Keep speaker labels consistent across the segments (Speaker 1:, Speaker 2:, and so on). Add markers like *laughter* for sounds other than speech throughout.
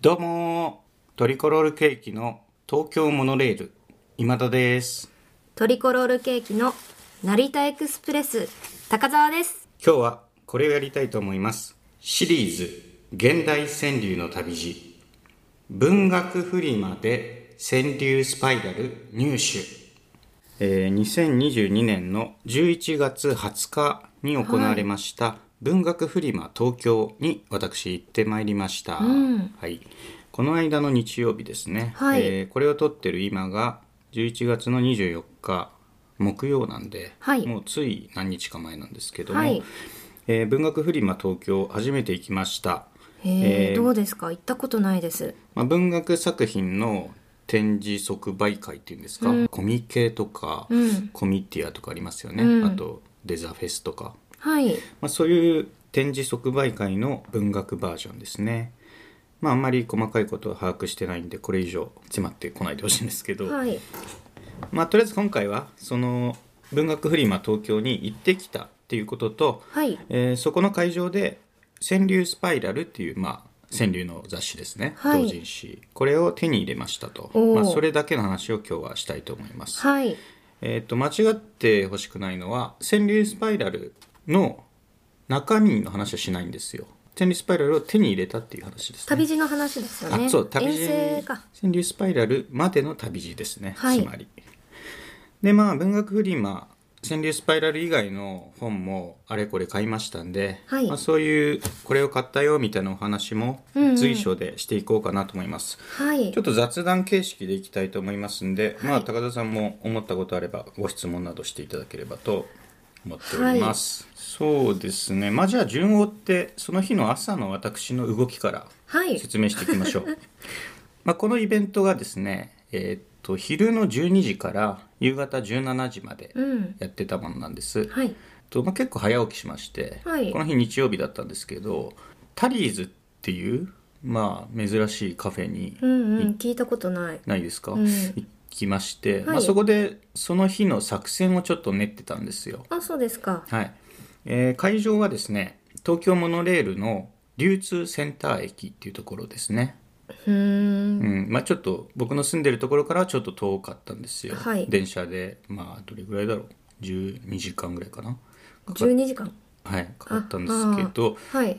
Speaker 1: どうもートリコロールケーキの東京モノレール今田です
Speaker 2: トリコロールケーキの成田エクスプレス高澤です
Speaker 1: 今日はこれをやりたいと思いますシリーズ「現代川柳の旅路」文学フリマで川柳スパイラル入手、えー2022年の11月20日に行われました、文学フリマ東京に私行ってまいりました、
Speaker 2: ん
Speaker 1: はい、この間の日曜日ですね、
Speaker 2: はい
Speaker 1: えーこれを撮ってる今が11月の24日木曜なんで、
Speaker 2: はい
Speaker 1: もうつい何日か前なんですけども、
Speaker 2: はい
Speaker 1: えー文学フリマ東京初めて行きました、
Speaker 2: え
Speaker 1: えー
Speaker 2: ー、どうですか行ったことないです
Speaker 1: まあ、文学作品の展示即売会っていうんですか、コミケとか、
Speaker 2: うん
Speaker 1: コミティアとかありますよね、
Speaker 2: うん
Speaker 1: あとデザフェスとか、
Speaker 2: はい
Speaker 1: まあ、そういう展示即売会の文学バージョンですねまああんまり細かいことは把握してないんでこれ以上詰まってこないでほしいんですけど、
Speaker 2: はい
Speaker 1: まあとりあえず今回はその文学フリマ東京に行ってきたっていうことと、
Speaker 2: はい
Speaker 1: えーそこの会場で「川柳スパイラル」っていう、まあ、川柳の雑誌ですね、
Speaker 2: はい
Speaker 1: 同人誌これを手に入れましたと
Speaker 2: お、ー
Speaker 1: まあ、それだけの話を今日はしたいと思います、
Speaker 2: はい
Speaker 1: えー、と間違ってほしくないのは川柳スパイラルの中身の話はしないんですよ川柳スパイラルを手に入れたっていう話ですね
Speaker 2: 旅路の話ですよね
Speaker 1: あそう旅路
Speaker 2: 遠征か
Speaker 1: 川柳スパイラルまでの旅路ですね、
Speaker 2: はい
Speaker 1: つまりでまあ文学フリマ川柳スパイラル以外の本もあれこれ買いましたんで、
Speaker 2: はい
Speaker 1: まあ、そういうこれを買ったよみたいなお話も
Speaker 2: うんうん
Speaker 1: 随所でしていこうかなと思います、
Speaker 2: はい
Speaker 1: ちょっと雑談形式でいきたいと思いますんで、まあ高田さんも思ったことあればご質問などしていただければと思っております、そうですねまあじゃあ順を追ってその日の朝の私の動きから
Speaker 2: はい
Speaker 1: 説明していきましょう *laughs* まあこのイベントがですねえーっと昼の12時から夕方17時まで
Speaker 2: うん
Speaker 1: やってたものなんです、
Speaker 2: はい
Speaker 1: とまあ、結構早起きしまして、
Speaker 2: はい
Speaker 1: この日日曜日だったんですけどタリーズっていうまあ珍しいカフェに
Speaker 2: うんうん聞いたことない
Speaker 1: ないですか、
Speaker 2: うん
Speaker 1: 行きまして、まあ、
Speaker 2: はい
Speaker 1: そこでその日の作戦をちょっと練ってたんですよ、
Speaker 2: あそうですか
Speaker 1: はいえー会場はですね東京モノレールの流通センター駅っていうところですね、
Speaker 2: うーん
Speaker 1: うんまあ、ちょっと僕の住んでるところからはちょっと遠かったんですよ、
Speaker 2: はい
Speaker 1: 電車でまあどれぐらいだろう12時間ぐらいかなかか,、
Speaker 2: 12時間
Speaker 1: はい、かかったんですけど
Speaker 2: はい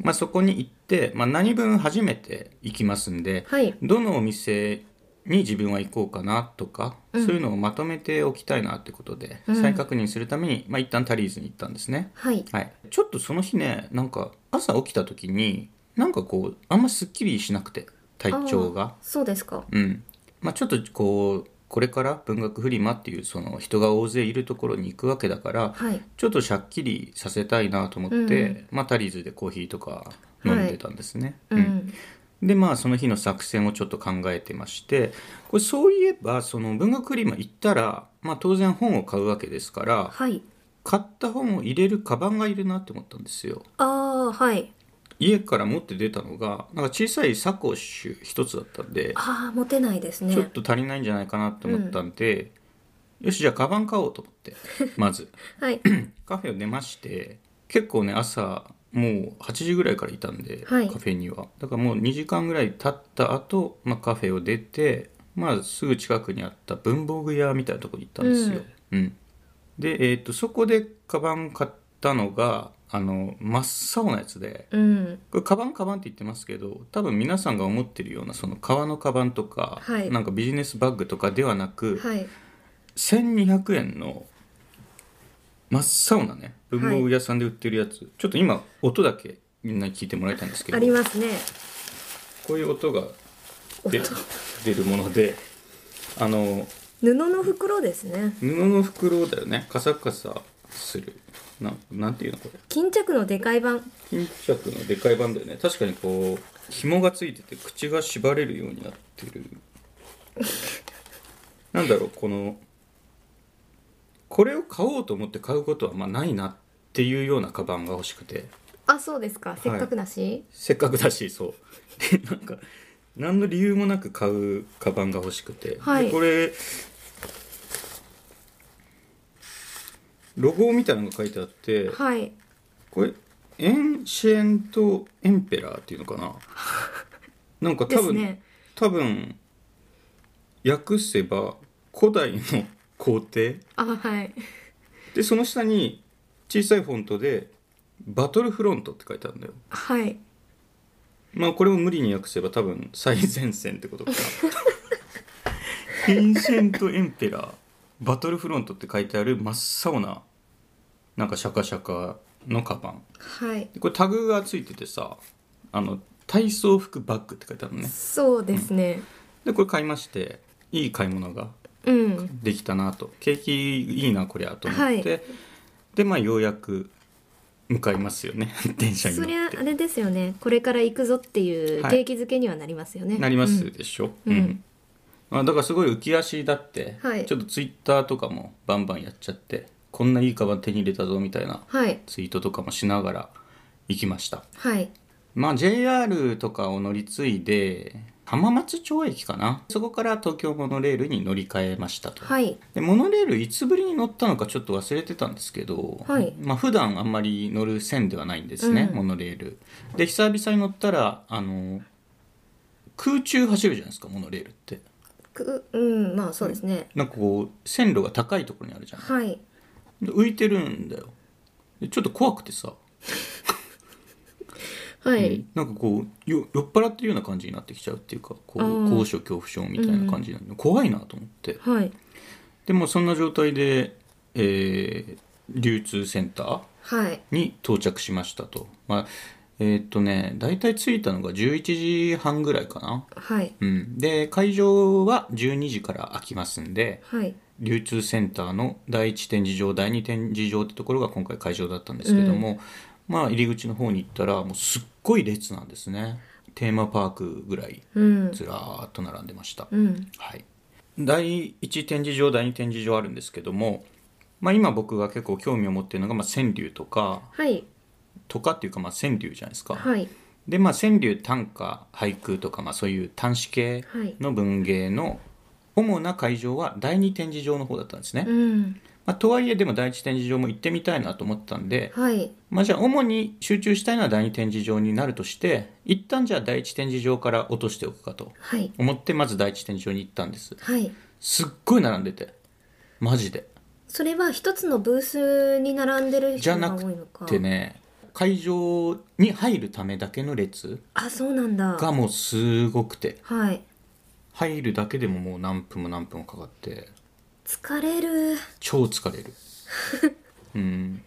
Speaker 1: まあ、そこに行って、まあ、何分初めて行きますんで、
Speaker 2: はい
Speaker 1: どのお店に自分は行こうかなとか、そういうのをまとめておきたいなってことで、
Speaker 2: うん
Speaker 1: 再確認するために、まあ、一旦タリーズに行ったんですね、
Speaker 2: はい
Speaker 1: はい、ちょっとその日ねなんか朝起きた時になんかこうあんまスッキリしなくて体調が
Speaker 2: あーそうですか
Speaker 1: うんまあ、ちょっとこうこれから文学フリマっていうその人が大勢いるところに行くわけだから、
Speaker 2: はい
Speaker 1: ちょっとしゃっきりさせたいなと思って、
Speaker 2: うん
Speaker 1: まあ、タリーズでコーヒーとか飲んでたんですね。
Speaker 2: う
Speaker 1: うん
Speaker 2: ん
Speaker 1: でまあその日の作戦をちょっと考えてましてこれそういえばその文学フリマ行ったら、まあ、当然本を買うわけですから
Speaker 2: はい
Speaker 1: 買った本を入れるカバンがいるなって思ったんですよ。
Speaker 2: ああはい
Speaker 1: 家から持って出たのがなんか小さいサコッシュ一つだったんで
Speaker 2: ああモテないですね
Speaker 1: ちょっと足りないんじゃないかなって思ったんで、よしじゃあカバン買おうと思ってま
Speaker 2: *laughs*
Speaker 1: ず
Speaker 2: はい
Speaker 1: カフェを出まして結構ね朝もう8時ぐらいからいたんで、
Speaker 2: はい
Speaker 1: カフェにはだからもう2時間ぐらい経った後、まあカフェを出て、まあ、すぐ近くにあった文房具屋みたいなとこに行ったんですよ、うんで、えー、とそこでカバン買ったのがあの真っ青なやつで
Speaker 2: うん
Speaker 1: これカバンカバンって言ってますけど多分皆さんが思ってるようなその革のカバンとか、
Speaker 2: はい
Speaker 1: なんかビジネスバッグとかではなく、
Speaker 2: はい
Speaker 1: 1200円の真っ青なね文房具屋さんで売ってるやつ、ちょっと今音だけみんなに聞いてもらいたいんですけ
Speaker 2: あ
Speaker 1: ど
Speaker 2: りますね
Speaker 1: こういう音が出
Speaker 2: 音
Speaker 1: 出るものであの
Speaker 2: 布の袋ですね
Speaker 1: 布の袋だよねカサカサするななんていうのこれ
Speaker 2: 巾着のでかい版
Speaker 1: 巾着のでかい版だよね確かにこう紐がついてて口が縛れるようになってる *laughs* なんだろうこのこれを買おうと思って買うことはまあないなっていうようなカバンが欲しくて
Speaker 2: あそうですかせっかくだし、
Speaker 1: せっかくだしそう *laughs* なんか何の理由もなく買うカバンが欲しくて、
Speaker 2: はい
Speaker 1: でこれロゴみたいなのが書いてあって、
Speaker 2: はい、 *laughs*
Speaker 1: これエンシェントエンペラーっていうのかななんか多
Speaker 2: です
Speaker 1: 分、
Speaker 2: ね
Speaker 1: 多分訳せば古代の皇帝
Speaker 2: あはい
Speaker 1: でその下に小さいフォントで「バトルフロント」って書いてあるんだよ
Speaker 2: はい
Speaker 1: まあこれを無理に訳せば多分最前線ってことか
Speaker 2: *laughs*
Speaker 1: フィンセント・エンペラーバトルフロントって書いてある真っ青ななんかシャカシャカのカバン
Speaker 2: はい
Speaker 1: でこれタグがついててさあの体操服バッグって書いてあるのね
Speaker 2: そうですね
Speaker 1: でこれ買いましていい買い物が
Speaker 2: うん
Speaker 1: できたなと景気いいなこりゃと思って、
Speaker 2: はい
Speaker 1: でまあようやく向かいますよね *laughs* 電車に
Speaker 2: そり
Speaker 1: 乗
Speaker 2: ゃ
Speaker 1: って
Speaker 2: あれですよねこれから行くぞっていう
Speaker 1: はい
Speaker 2: 景気づけにはなりますよね、
Speaker 1: なりま
Speaker 2: う
Speaker 1: す
Speaker 2: ん
Speaker 1: でしょ、
Speaker 2: うん
Speaker 1: まあ、だからすごい浮き足だって、
Speaker 2: はい
Speaker 1: ちょっとツイッターとかもバンバンやっちゃってこんないいカバン手に入れたぞみたいな
Speaker 2: はい
Speaker 1: ツイートとかもしながら行きました
Speaker 2: はい
Speaker 1: まあ JR とかを乗り継いで浜松町駅かなそこから東京モノレールに乗り換えましたと、
Speaker 2: はい
Speaker 1: でモノレールいつぶりに乗ったのかちょっと忘れてたんですけど、
Speaker 2: はい
Speaker 1: まあ普段あんまり乗る線ではないんですね、
Speaker 2: うん
Speaker 1: モノレールで久々に乗ったらあの空中走るじゃないですかモノレールって
Speaker 2: くうんまあそうですね、
Speaker 1: なんかこう線路が高いところにあるじゃん
Speaker 2: はい
Speaker 1: で浮いてるんだよでちょっと怖くてさ、
Speaker 2: はい、
Speaker 1: なんかこうよ酔っ払ってるような感じになってきちゃうっていうかこ
Speaker 2: あ
Speaker 1: う
Speaker 2: ー
Speaker 1: 高所恐怖症みたいな感じなの、怖いなと思って
Speaker 2: はい
Speaker 1: でもそんな状態で、えー流通センター
Speaker 2: はい
Speaker 1: に到着しましたと。まあ、えーっとね、大体着いたのが11時半ぐらいかな。
Speaker 2: はい
Speaker 1: うん。で、会場は12時から開きますんで、
Speaker 2: はい
Speaker 1: 流通センターの第一展示場、第二展示場ってところが今回会場だったんですけども、まあ入り口の方に行ったら、もうすっごい列なんですね。テーマパークぐらい、
Speaker 2: うん
Speaker 1: ずらーっと並んでました。
Speaker 2: うん
Speaker 1: はい、第1展示場第2展示場あるんですけども、まあ、今僕が結構興味を持っているのが、まあ、川柳とか
Speaker 2: はい
Speaker 1: とかっていうか、まあ、川柳じゃないですか。
Speaker 2: はい
Speaker 1: で、まあ、川柳短歌俳句とか、まあ、そういう短詩系の文芸の主な会場は第2展示場の方だったんですね。
Speaker 2: うん
Speaker 1: まあ、とはいえでも第1展示場も行ってみたいなと思ったんで、
Speaker 2: はい
Speaker 1: まあ、じゃあ主に集中したいのは第2展示場になるとして一旦じゃあ第1展示場から落としておくかと
Speaker 2: はい
Speaker 1: 思ってまず第1展示場に行ったんです。
Speaker 2: はい
Speaker 1: すっごい並んでてマジで
Speaker 2: それは一つのブースに並んでる
Speaker 1: じゃ
Speaker 2: 人
Speaker 1: な
Speaker 2: が多いの
Speaker 1: く
Speaker 2: か
Speaker 1: てね会場に入るためだけの列
Speaker 2: あそうなんだ
Speaker 1: がもうすごくて
Speaker 2: はい
Speaker 1: 入るだけでももう何分も何分もかかって
Speaker 2: 疲れる
Speaker 1: 超疲れる *laughs* うん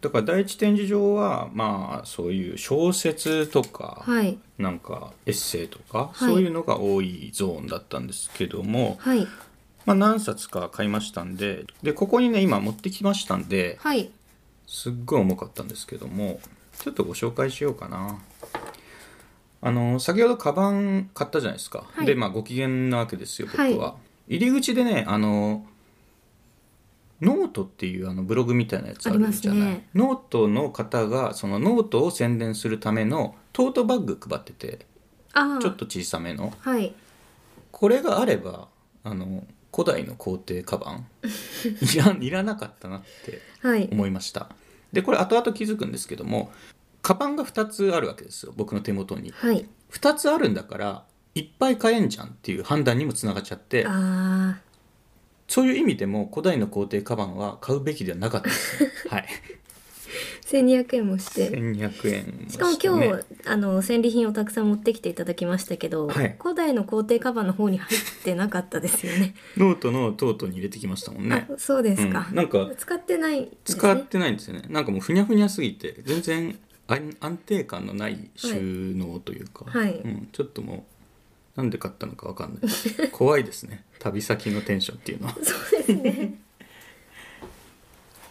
Speaker 1: だから第一展示場はまあそういう小説とか、
Speaker 2: はい
Speaker 1: なんかエッセイとか、
Speaker 2: い
Speaker 1: そういうのが多いゾーンだったんですけども、
Speaker 2: はい
Speaker 1: まあ、何冊か買いましたんででここにね今持ってきましたんで、
Speaker 2: はい
Speaker 1: すっごい重かったんですけどもちょっとご紹介しようかなあの先ほどカバン買ったじゃないですか、
Speaker 2: はい
Speaker 1: でまあご機嫌なわけですよ僕は、入り口でねあのノートっていうあのブログみたいなやつあるじゃ
Speaker 2: あり
Speaker 1: な
Speaker 2: ま
Speaker 1: い、
Speaker 2: すね
Speaker 1: ノートの方がそのノートを宣伝するためのトートバッグ配ってて
Speaker 2: ああ
Speaker 1: ちょっと小さめの
Speaker 2: はい
Speaker 1: これがあればあの古代の皇帝カバ
Speaker 2: *laughs*
Speaker 1: ンいらいらなかったなって
Speaker 2: はい
Speaker 1: 思いましたでこれ後々気づくんですけどもカバンが2つあるわけですよ僕の手元に
Speaker 2: はい
Speaker 1: 2つあるんだからいっぱい買えんじゃんっていう判断にもつながっちゃって
Speaker 2: あ
Speaker 1: そういう意味でも古代の皇帝カバンは買うべきではなかったですね
Speaker 2: *laughs*
Speaker 1: はい
Speaker 2: ー1200円もして
Speaker 1: 1200円も
Speaker 2: しかも
Speaker 1: して
Speaker 2: 今
Speaker 1: ね
Speaker 2: 日、あの戦利品をたくさん持ってきていただきましたけど、
Speaker 1: はい
Speaker 2: 古代の皇帝カバンの方に入ってなかったですよね
Speaker 1: ノートのトートに入れてきましたもんね
Speaker 2: あそうですか、
Speaker 1: うんなんか
Speaker 2: 使ってないんですね
Speaker 1: 使ってないんですよねなんかもうふにゃふにゃすぎて全然安安定感のない収納というか、
Speaker 2: はい
Speaker 1: うん、ちょっともうなんで買ったのかわかんない怖いですね *laughs* 旅先のテンションっていうのは
Speaker 2: そうです
Speaker 1: *laughs*
Speaker 2: ね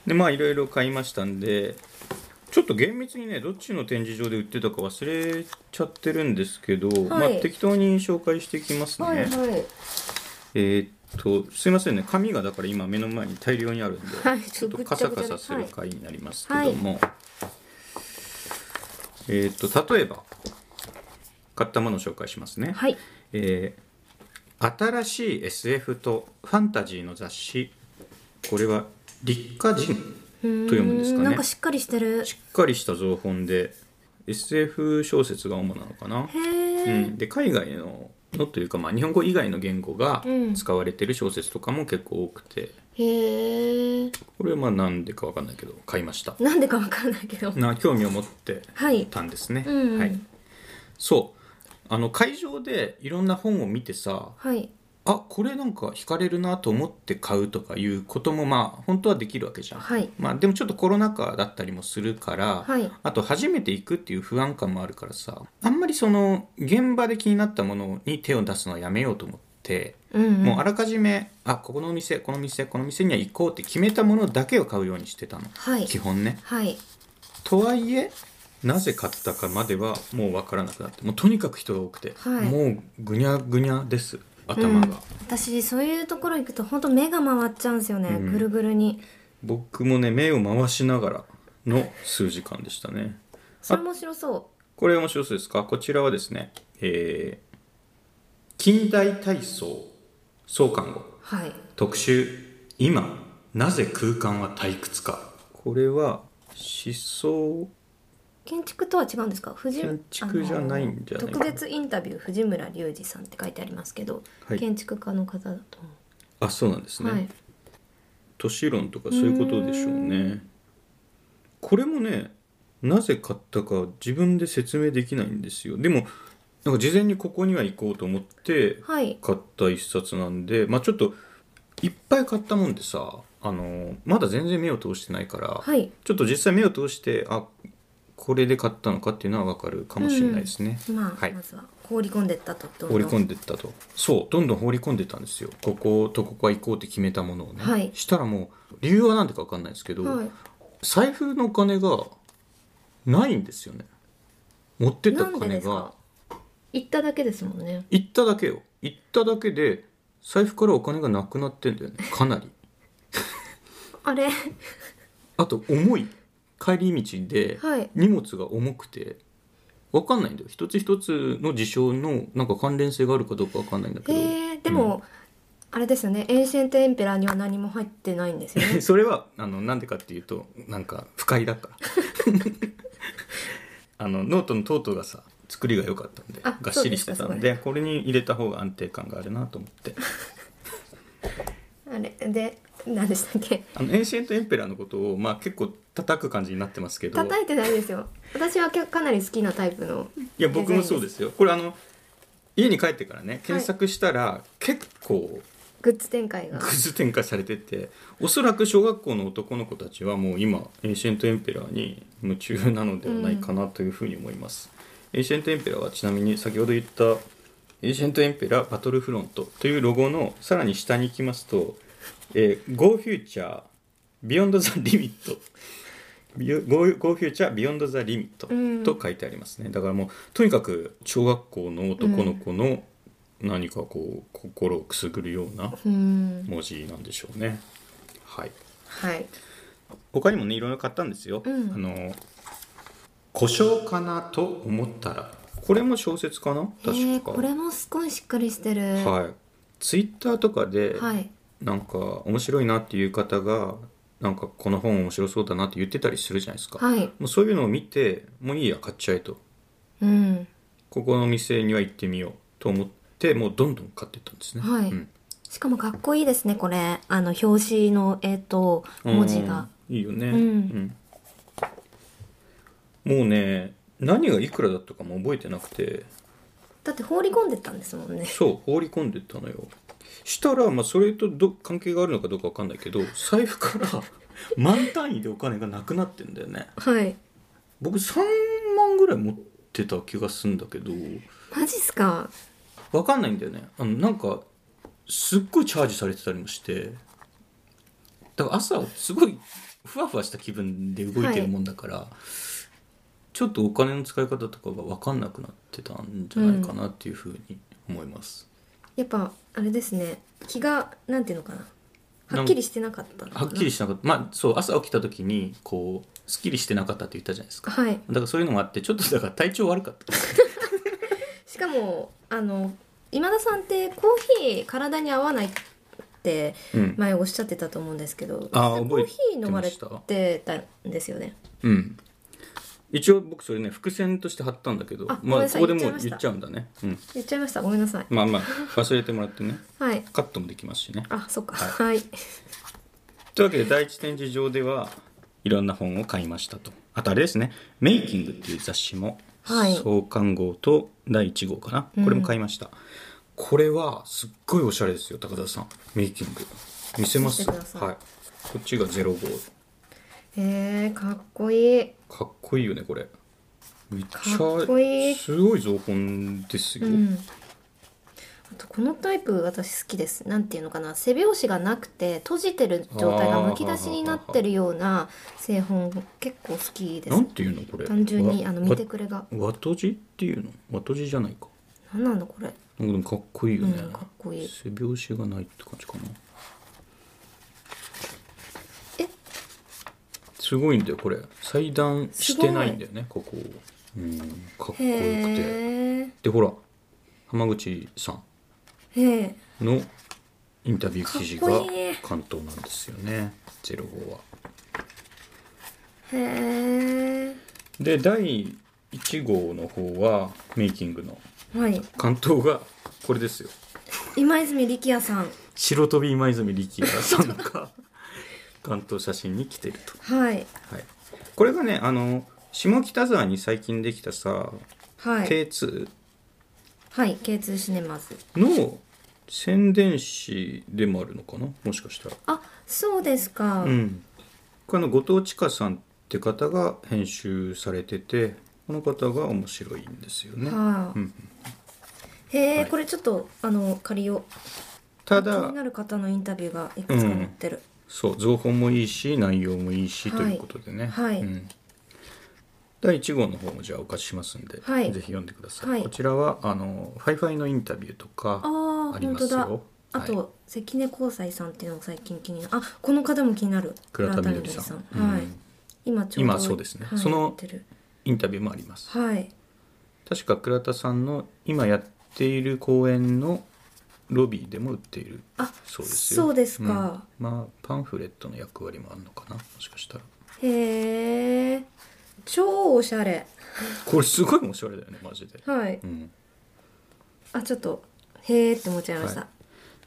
Speaker 1: でまあいろいろ買いましたんでちょっと厳密にねどっちの展示場で売ってたか忘れちゃってるんですけど、まあ適当に紹介していきますね、
Speaker 2: はいはい
Speaker 1: えーっとすいませんね紙がだから今目の前に大量にあるんで、
Speaker 2: はい
Speaker 1: ちょっと
Speaker 2: ぐっち
Speaker 1: カ
Speaker 2: ゃ
Speaker 1: サ
Speaker 2: ぐち
Speaker 1: カ
Speaker 2: ゃで
Speaker 1: サする回になりますけども、えーっと例えば買ったものを紹介しますね、
Speaker 2: はい
Speaker 1: えー新しい SF とファンタジーの雑誌これは「立花人」と読むんですか
Speaker 2: うー
Speaker 1: ね
Speaker 2: なんかしっかりしてる
Speaker 1: しっかりした造本で SF 小説が主なのかな
Speaker 2: へえへ
Speaker 1: う
Speaker 2: え、
Speaker 1: ん、で海外ののというか、まあ、日本語以外の言語が
Speaker 2: うん
Speaker 1: 使われてる小説とかも結構多くて、
Speaker 2: へえ
Speaker 1: これはまあなんでかわかんないけど買いました
Speaker 2: なんでかわかんないけど
Speaker 1: な興味を持って
Speaker 2: はい
Speaker 1: たんですね、
Speaker 2: うん
Speaker 1: はい、そうあの会場でいろんな本を見てさ
Speaker 2: はい
Speaker 1: あこれなんか惹かれるなと思って買うとかいうこともまあ本当はできるわけじゃん、
Speaker 2: はい
Speaker 1: まあ、でもちょっとコロナ禍だったりもするから、
Speaker 2: はい
Speaker 1: あと初めて行くっていう不安感もあるからさあんまりその現場で気になったものに手を出すのはやめようと思って、
Speaker 2: うんうん
Speaker 1: もうあらかじめあここのお店この店この店には行こうって決めたものだけを買うようにしてたの、
Speaker 2: はい
Speaker 1: 基本ね
Speaker 2: はい
Speaker 1: とはいえなぜ買ったかまではもう分からなくなってもうとにかく人が多くて、
Speaker 2: はい
Speaker 1: もうぐにゃぐにゃです
Speaker 2: う
Speaker 1: 頭が。
Speaker 2: ん、私そういうところ行くと本当目が回っちゃうんですよね、
Speaker 1: うん
Speaker 2: ぐるぐるに
Speaker 1: 僕もね目を回しながらの数時間でしたね
Speaker 2: それ面白そ
Speaker 1: これ面白そうですかこちらはですねえー近代体操創刊号
Speaker 2: うはい
Speaker 1: 特集今なぜ空間は退屈かこれは思想
Speaker 2: 建築とは違うんですか藤
Speaker 1: 建築じゃないんじゃない
Speaker 2: あの特別インタビュー藤村隆二さんって書いてありますけど、
Speaker 1: はい
Speaker 2: 建築家の方だと思
Speaker 1: あそうなんです
Speaker 2: う、
Speaker 1: ね、
Speaker 2: はい
Speaker 1: 都市論とかそういうことでしょうねこれもねなぜ買ったか自分で説明できないんですよでもなんか事前にここには行こうと思って
Speaker 2: はい
Speaker 1: 買った一冊なんで、まあちょっといっぱい買ったもんでさあのまだ全然目を通してないから、
Speaker 2: はい
Speaker 1: ちょっと実際目を通してあこれで買ったのかっていうのは分かるかもしれないですね、
Speaker 2: まあ、
Speaker 1: はい
Speaker 2: まずは放り込んでったとどんど
Speaker 1: 放り込
Speaker 2: ん
Speaker 1: んでったとそうどんどん放り込んでったんですよこことここは行こうって決めたものをね、
Speaker 2: はい
Speaker 1: したらもう理由は何でか分かんないですけど、
Speaker 2: はい
Speaker 1: 財布のお金がないんですよね持ってった
Speaker 2: なんで
Speaker 1: 金
Speaker 2: です
Speaker 1: が
Speaker 2: か行っただけですもんね
Speaker 1: 行っただけよ行っただけで財布からお金がなくなってんだよ
Speaker 2: *laughs*
Speaker 1: ねかなり
Speaker 2: あれ
Speaker 1: あと重い帰り道で
Speaker 2: はい
Speaker 1: 荷物が重くて分かんないんだよ一つ一つの事象のなんか関連性があるかどうか分かんないんだけど、
Speaker 2: えー、でも、あれですよねエンシェントエンペラーには何も入ってないんですよ
Speaker 1: うん *laughs*
Speaker 2: ね
Speaker 1: それはあのなんでかっていうとなんか不快
Speaker 2: *laughs*
Speaker 1: だからあのノートのトートがさ作りが良かったんで
Speaker 2: あ
Speaker 1: がっしりしてた
Speaker 2: そ
Speaker 1: ん
Speaker 2: うで
Speaker 1: でこれに入れた方が安定感があるなと思って
Speaker 2: あれで何でしたっけ
Speaker 1: あのエンシェントエンペラーのことを、まあ、結構叩く感じになってますけど
Speaker 2: 叩いてないですよ私は結構かなり好きなタイプの
Speaker 1: いや僕もそうですすよこれあの家に帰ってからね検索したら、結構
Speaker 2: グッズ展開が
Speaker 1: グッズ展開されてておそらく小学校の男の子たちはもう今エンシェントエンペラーに夢中なのではないかなというふうに思います、エンシェントエンペラーはちなみに先ほど言ったエンシェントエンペラーバトルフロントというロゴのさらに下に行きますと、えー、Go Future Beyond the Limit ビヨ Go, Go Future Beyond the Limit と書いてありますね、だからもうとにかく小学校の男の子の何かこう心をくすぐるような、
Speaker 2: うん
Speaker 1: 文字なんでしょうね。はい。
Speaker 2: はい
Speaker 1: 他にもねいろいろ買ったんですよ。
Speaker 2: うん
Speaker 1: あの故障かなと思ったらこれも小説かな
Speaker 2: えー、
Speaker 1: 確か。
Speaker 2: これもすごいしっかりしてるは
Speaker 1: はい。ツイッターとかで、
Speaker 2: い、
Speaker 1: なんか面白いなっていう方がなんかこの本面白そうだなって言ってたりするじゃないですか。
Speaker 2: はい
Speaker 1: もうそういうのを見てもういいや買っちゃえと
Speaker 2: うん
Speaker 1: ここの店には行ってみようと思ってもうどんどん買ってったんですね。
Speaker 2: はい
Speaker 1: うん
Speaker 2: しかもかっこいいですねこれあの表紙のえっ、と文字が
Speaker 1: うんいいよね、
Speaker 2: うん
Speaker 1: うんもうね何がいくらだったかも覚えてなくて
Speaker 2: だって放り込んでったんですもんね
Speaker 1: そう放り込んでったのよしたら、まあ、それとど関係があるのかどうかわかんないけど財布から *laughs* 万単位でお金がなくなってんだよね
Speaker 2: はい
Speaker 1: 僕3万ぐらい持ってた気がすんだけど
Speaker 2: マジっすか
Speaker 1: わかんないんだよねあのなんかすっごいチャージされてたりもしてだから朝すごいふわふわした気分で動いてるもんだから、ちょっとお金の使い方とかがわかんなくなってたんじゃないかなっていうふうに思います、
Speaker 2: やっぱあれですね気がなんていうのかなはっきりしてなかったのかな
Speaker 1: はっきりしなかったまあそう朝起きた時にこうすっきりしてなかったって言ったじゃないですか
Speaker 2: はい
Speaker 1: だからそういうのもあってちょっとだから体調悪かった
Speaker 2: しかもあの今田さんってコーヒー体に合わないって
Speaker 1: うん
Speaker 2: 前おっしゃってたと思うんですけど、
Speaker 1: あー
Speaker 2: 実際コ
Speaker 1: 覚え
Speaker 2: ー
Speaker 1: て
Speaker 2: ヒー飲まれ
Speaker 1: ました
Speaker 2: てたんですよね
Speaker 1: うん一応僕それね伏線として貼ったんだけど
Speaker 2: あごめん
Speaker 1: まあ
Speaker 2: な
Speaker 1: こ
Speaker 2: さい
Speaker 1: こでもう
Speaker 2: 言っちゃ
Speaker 1: 言っ
Speaker 2: いました
Speaker 1: ちゃうんだね、うん、
Speaker 2: 言っちゃいましたごめんなさい
Speaker 1: まあまあ忘れてもらってね
Speaker 2: はい
Speaker 1: カットもできますしね
Speaker 2: あそっか
Speaker 1: は
Speaker 2: はい
Speaker 1: というわけで第一展示場ではいろんな本を買いましたとあとあれですね「メイキング」っていう雑誌も
Speaker 2: はい
Speaker 1: 創刊号と第1号かな、これも買いましたこれはすっごいおしゃれですよ高田さんメイキング見せます
Speaker 2: 見せてください
Speaker 1: はいこっちが0号
Speaker 2: えー、かっこいい
Speaker 1: かっこいいよねこれめっちゃ
Speaker 2: かっこいい
Speaker 1: すごい造本ですよ、
Speaker 2: うんあとこのタイプ私好きですなんていうのかな背表紙がなくて閉じてる状態がむき出しになってるような製本結構好きで
Speaker 1: な
Speaker 2: す
Speaker 1: んていうのこれ
Speaker 2: 単純に
Speaker 1: わ
Speaker 2: あの見てくれが
Speaker 1: わわとじっていうのわとじじゃないか
Speaker 2: 何なんだこれ
Speaker 1: なんかでもかっこいいよね、
Speaker 2: うんかっこいい
Speaker 1: 背表紙がないって感じかな
Speaker 2: え
Speaker 1: すごいんだよこれ裁断してないんだよねここうんかっこよくて
Speaker 2: へえ
Speaker 1: でほら浜口さ
Speaker 2: へえ
Speaker 1: んのインタビュー記事が
Speaker 2: かっこいい
Speaker 1: 関東なんですよねゼロ号は
Speaker 2: へえ
Speaker 1: で第1号の方はメイキングの
Speaker 2: はい
Speaker 1: 関東がこれですよ
Speaker 2: 今泉力也さん
Speaker 1: 白飛び今泉力也さんが関東写真に来てると、
Speaker 2: は
Speaker 1: は
Speaker 2: い
Speaker 1: い、これがねあの下北沢に最近できたさ、
Speaker 2: はい、
Speaker 1: K2
Speaker 2: はい K2 シネマズ
Speaker 1: の宣伝誌でもあるのかなもしかしたら
Speaker 2: あそうですか、
Speaker 1: うんこの後藤千佳さんって方が編集されててこの方が面白いんですよね、
Speaker 2: はあ、
Speaker 1: うん
Speaker 2: へえ、
Speaker 1: はい
Speaker 2: これちょっとあの借りよう
Speaker 1: た
Speaker 2: 気
Speaker 1: だ
Speaker 2: になる方のインタビューがいくつか載ってる、
Speaker 1: そう造本もいいし内容もいいし、
Speaker 2: は
Speaker 1: と
Speaker 2: い
Speaker 1: いうことでね、
Speaker 2: はい
Speaker 1: うん第1号の方もじゃあお貸ししますんで、
Speaker 2: はい
Speaker 1: ぜひ読んでください、
Speaker 2: はい
Speaker 1: こちらはあのファイファイのインタビューとか
Speaker 2: ああ
Speaker 1: あり
Speaker 2: 本
Speaker 1: ま
Speaker 2: 当
Speaker 1: す
Speaker 2: だ
Speaker 1: よ
Speaker 2: あと、
Speaker 1: はい、
Speaker 2: 関根光斎さんっていうのが最近気になるあこの方も気になる
Speaker 1: 倉田みどりさん
Speaker 2: 倉田みどりはい、
Speaker 1: うん
Speaker 2: 今ちょうど
Speaker 1: 今そうですね
Speaker 2: はい
Speaker 1: その
Speaker 2: やってる
Speaker 1: インタビューもあります
Speaker 2: はい
Speaker 1: 確か倉田さんの今やっている公演のロビーでも売っている
Speaker 2: あ
Speaker 1: そうですよ
Speaker 2: そうですか
Speaker 1: うんまあパンフレットの役割もあるのかなもしかしたら
Speaker 2: へえ超おしゃれ
Speaker 1: これすごいおしゃれだよねマジで、
Speaker 2: はい
Speaker 1: うん、
Speaker 2: あちょっとへえって思っちゃいました、
Speaker 1: は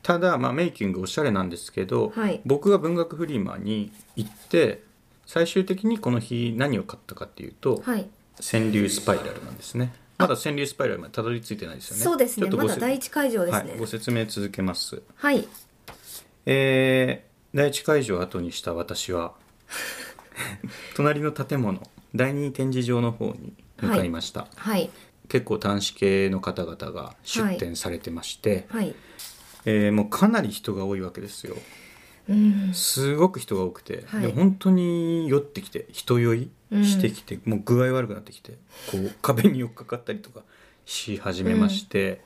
Speaker 1: ただ、まあ、メイキングおしゃれなんですけど、
Speaker 2: はい
Speaker 1: 僕が文学フリマに行って最終的にこの日何を買ったかっていうと、
Speaker 2: はい
Speaker 1: 川柳スパイラルなんですねまだ川柳スパイラルまでたどり着いてないですよね
Speaker 2: そうです
Speaker 1: ちょ
Speaker 2: ね
Speaker 1: っと
Speaker 2: ま
Speaker 1: ごせ
Speaker 2: だ第一会場ですね
Speaker 1: はい、ご説明続けます
Speaker 2: はい
Speaker 1: えー第一会場を後にした私は *laughs* 隣の建物第二展示場の方に向かいました、
Speaker 2: はい
Speaker 1: 結構端子系の方々が出展されてまして、
Speaker 2: はい
Speaker 1: えーもうかなり人が多いわけですよ
Speaker 2: うん
Speaker 1: すごく人が多くて、
Speaker 2: はい
Speaker 1: でも本当に酔ってきて人酔いしてきて、もう具合悪くなってきてこう壁に寄っかかったりとかし始めまして、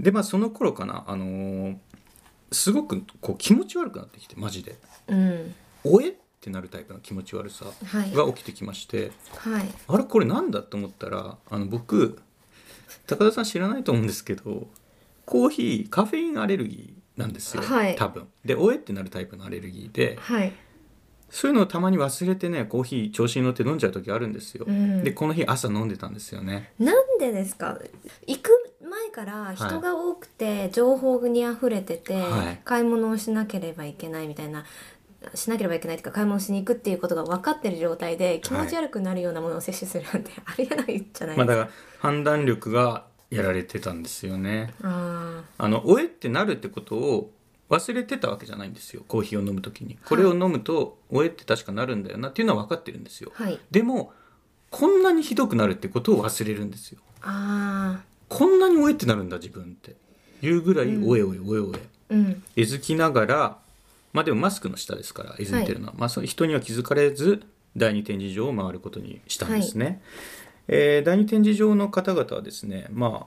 Speaker 1: でまあその頃かな、あのーすごくこう気持ち悪くなってきてマジで
Speaker 2: うん
Speaker 1: 「おえ?」ってなるタイプの気持ち悪さ
Speaker 2: はい
Speaker 1: が起きてきまして、
Speaker 2: はい
Speaker 1: あれこれなんだと思ったらあの僕高田さん知らないと思うんですけどコーヒーカフェインアレルギーなんですよ、
Speaker 2: はい
Speaker 1: 多分で「おえ?」ってなるタイプのアレルギーで
Speaker 2: はい
Speaker 1: そういうのをたまに忘れてねコーヒー調子に乗って飲んじゃう時あるんですよ、
Speaker 2: うん
Speaker 1: でこの日朝飲んでたんですよね
Speaker 2: なんでですか行く前から人が多くて情報にあふれてて、
Speaker 1: はい
Speaker 2: 買い物をしなければいけないみたいなしなければいけないというか買い物しに行くっていうことが分かってる状態で気持ち悪くなるようなものを摂取するなんて *laughs* ありえないじゃない
Speaker 1: ま
Speaker 2: で
Speaker 1: あ
Speaker 2: す
Speaker 1: だ
Speaker 2: か。
Speaker 1: から判断力がやられてたんですよね
Speaker 2: あ
Speaker 1: あの「おえ?」ってなるってことを忘れてたわけじゃないんですよコーヒーを飲む時にこれを飲むと「おえ?」って確かなるんだよなっていうのは分かってるんですよ、
Speaker 2: ーはい
Speaker 1: でもこんなにひどくなるってことを忘れるんですよ
Speaker 2: あ
Speaker 1: こんなに「おえ?」ってなるんだ自分っていうぐらい「
Speaker 2: うん
Speaker 1: おえおえおえおえ」
Speaker 2: ーうん
Speaker 1: えずきながらまあでもマスクの下ですからえずいてるのは、まあ、その人には気づかれず第二展示場を回ることにしたんですね、えー第二展示場の方々はですねまあ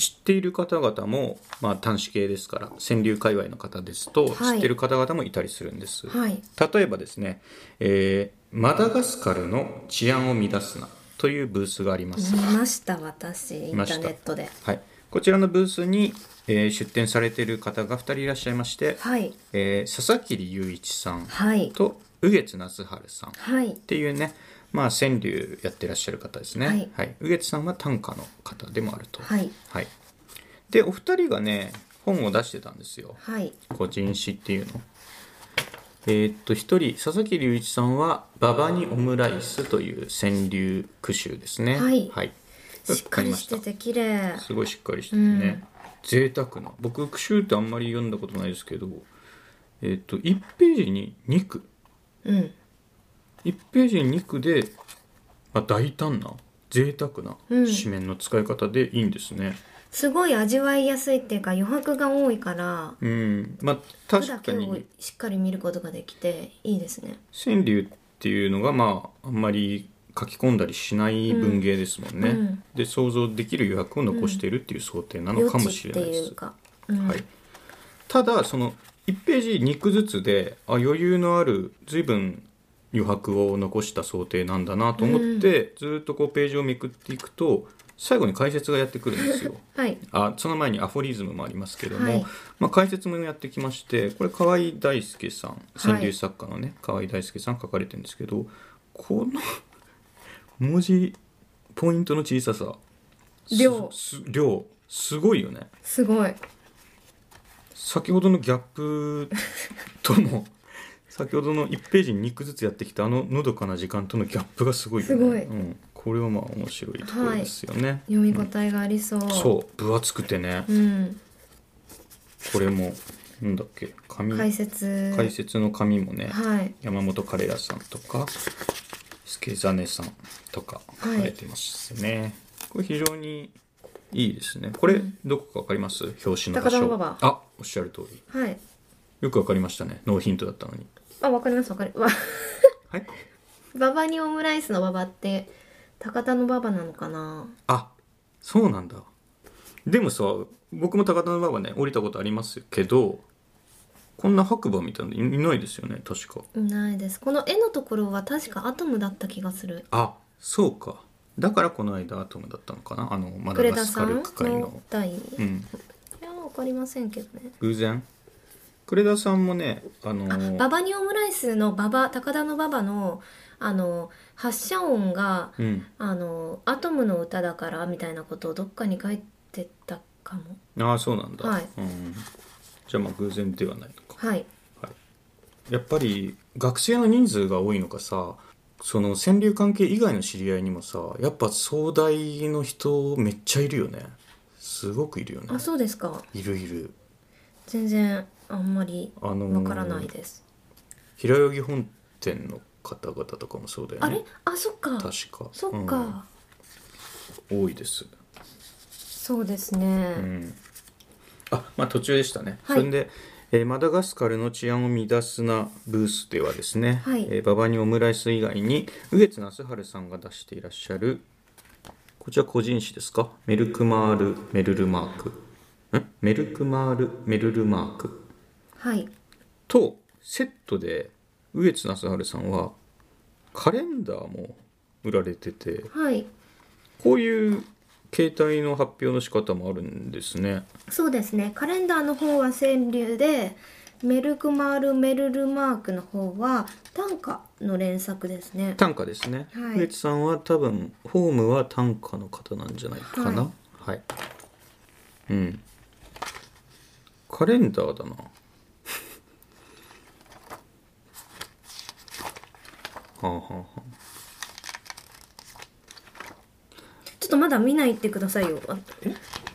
Speaker 1: 知っている方々も、まあ、端子系ですから川柳界隈の方ですと
Speaker 2: はい
Speaker 1: 知ってる方々もいたりするんです、
Speaker 2: はい
Speaker 1: 例えばですね、えーマダガスカルの治安を乱すな」というブースがあります、
Speaker 2: 見ました私イン
Speaker 1: ま
Speaker 2: タ
Speaker 1: した
Speaker 2: ーネットで
Speaker 1: はい、こちらのブースに、えー出展されている方が2人いらっしゃいまして、
Speaker 2: はい
Speaker 1: えー、佐々木隆一さん
Speaker 2: はい
Speaker 1: と宇月夏春さんっ
Speaker 2: はい
Speaker 1: ていうねまあ川柳やってらっしゃる方ですね。
Speaker 2: はい
Speaker 1: はい、宇月さんは短歌の方でもあると。
Speaker 2: はい
Speaker 1: はい、でお二人がね本を出してたんですよ。
Speaker 2: はい
Speaker 1: 個人誌っていうの。えーっと一人佐々木隆一さんは「馬場にオムライス」という川柳句集ですね。
Speaker 2: はいしっ
Speaker 1: 買
Speaker 2: か
Speaker 1: い
Speaker 2: り
Speaker 1: ま
Speaker 2: して
Speaker 1: た
Speaker 2: て綺麗
Speaker 1: すごいしっかりしててね、贅沢な僕句集ってあんまり読んだことないですけどえっ、と1ページに2句
Speaker 2: うん
Speaker 1: 1ページに2句で、まあ、大胆な贅沢な
Speaker 2: うん
Speaker 1: 紙面の使い方でいいんですね
Speaker 2: すごい味わいやすいっていうか余白が多いから
Speaker 1: うん、まあ確か
Speaker 2: 句だけを
Speaker 1: に
Speaker 2: しっかり見ることができていいですね
Speaker 1: 川柳っていうのがまああんまり書き込んだりしない文芸ですもんね、
Speaker 2: うんうん
Speaker 1: で想像できる余白を残しているっていう想定なのかも
Speaker 2: 余
Speaker 1: し
Speaker 2: 地っ
Speaker 1: れ
Speaker 2: て
Speaker 1: ないです、
Speaker 2: いうか、うん
Speaker 1: はい、ただその1ページ2句ずつであ余裕のある随分余白を残した想定なんだなと思って、ずっとこうページをめくっていくと最後に解説がやってくるんですよ。
Speaker 2: はい
Speaker 1: あその前にアフォリズムもありますけども、
Speaker 2: はい
Speaker 1: まあ、解説もやってきましてこれ河合大輔さん
Speaker 2: い
Speaker 1: 川柳作家のね、河合大輔さん書かれてるんですけどこの文字ポイントの小ささす
Speaker 2: 量
Speaker 1: す量すごいよね。
Speaker 2: すごい
Speaker 1: 先ほどのギャップと
Speaker 2: *laughs*
Speaker 1: も先ほどの1ページに2句ずつやってきたあののどかな時間とのギャップがすごいよね
Speaker 2: すごい
Speaker 1: うん、これはまあ面白いところですよね、
Speaker 2: 読み応えがありそう、
Speaker 1: そう分厚くてね
Speaker 2: うん
Speaker 1: これもなんだっけ紙
Speaker 2: 解説
Speaker 1: 解説の紙もね、
Speaker 2: はい
Speaker 1: 山本カレラさんとか助真さんとか書かれてますね、これ非常にいいですねこれどこかわかります表紙の場
Speaker 2: 高田馬
Speaker 1: 所
Speaker 2: 場
Speaker 1: あおっしゃる通り
Speaker 2: はい
Speaker 1: よくわかりましたねノーヒントだったのに
Speaker 2: あわかりますわかりわ
Speaker 1: はい
Speaker 2: *laughs* ババにオムライスのババって高田のババなのかな
Speaker 1: あそうなんだでもさ僕も高田馬場ね降りたことありますけどこんな白馬みたいなのいいないですよね確か
Speaker 2: いないですこの絵のところは確かアトムだった気がする
Speaker 1: あそうかだからこの間アトムだったのかなあのマダ
Speaker 2: クレ
Speaker 1: ガ
Speaker 2: ダ
Speaker 1: ス
Speaker 2: さ
Speaker 1: カル
Speaker 2: ん
Speaker 1: 区会
Speaker 2: の
Speaker 1: の、
Speaker 2: 第
Speaker 1: うん、
Speaker 2: いやわかりませんけどね
Speaker 1: 偶然クレダさんもねあのー
Speaker 2: ババニオムライスのババ高田のババのあの発射音が
Speaker 1: うん
Speaker 2: あのアトムの歌だからみたいなことをどっかに書いてたかも
Speaker 1: ああそうなんだ、
Speaker 2: はい
Speaker 1: うん、じゃあまあ偶然ではないのか
Speaker 2: はい
Speaker 1: やっぱり学生の人数が多いのかさその川柳関係以外の知り合いにもさやっぱ総大の人めっちゃいるよねすごくいるよね
Speaker 2: あそうですか
Speaker 1: いるいる
Speaker 2: 全然あんまり
Speaker 1: あのー
Speaker 2: わからないです、
Speaker 1: 平泳ぎ本店の方々とかもそうだよね
Speaker 2: あれあそっか
Speaker 1: 確か
Speaker 2: そっか、
Speaker 1: うん多いです
Speaker 2: そうですね、
Speaker 1: うんあまあ途中でしたね、
Speaker 2: はい
Speaker 1: それで、えーマダガスカルの治安を乱すなブースではですね、
Speaker 2: はい
Speaker 1: えー馬場にオムライス以外に上月那須春さんが出していらっしゃるこちら個人誌ですかメルクマールメルルマークんメルクマールメルルマーク
Speaker 2: はい
Speaker 1: とセットで上月那須春さんはカレンダーも売られてて
Speaker 2: はい
Speaker 1: こういう携帯の発表の仕方もあるんですね
Speaker 2: そうですねカレンダーの方は川柳でメルクマール・メルルマークの方は短歌の連作ですね
Speaker 1: 短歌ですね
Speaker 2: はい
Speaker 1: 植地さんは多分ホームは短歌の方なんじゃないかなはい、うんカレンダーだな *laughs* はあはあはあ
Speaker 2: ちょっとまだ見ないってくださいよあ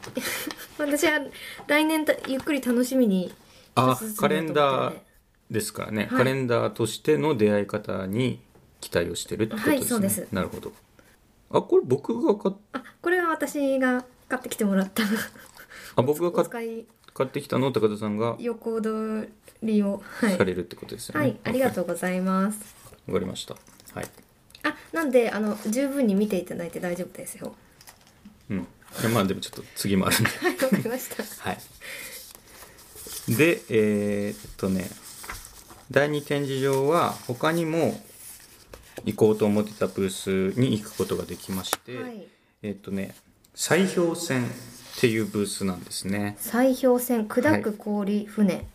Speaker 2: *laughs* 私は来年たゆっくり楽しみに
Speaker 1: あ
Speaker 2: 進めようと思ってるんで
Speaker 1: カレンダーですからね、カレンダーとしての出会い方に期待をしてるってことですね、
Speaker 2: はいそうです
Speaker 1: なるほどあこれ僕が買っ
Speaker 2: あこれは私が買ってきてもらった
Speaker 1: あ僕が
Speaker 2: お
Speaker 1: 買っ
Speaker 2: 使い
Speaker 1: 買ってきたのを高田さんが
Speaker 2: 横取りをはい
Speaker 1: さ、れるってことですよね
Speaker 2: はい、ありがとうございます
Speaker 1: うわかりましたはい
Speaker 2: あなんであの十分に見ていただいて大丈夫ですよ
Speaker 1: うん、いやまあでもちょっと次もあるんで *laughs*
Speaker 2: はいわかりました
Speaker 1: はいでえーっとね第2展示場は他にも行こうと思ってたブースに行くことができまして、
Speaker 2: はい
Speaker 1: えーっとね砕氷船っていうブースなんですね
Speaker 2: 砕氷船砕く氷船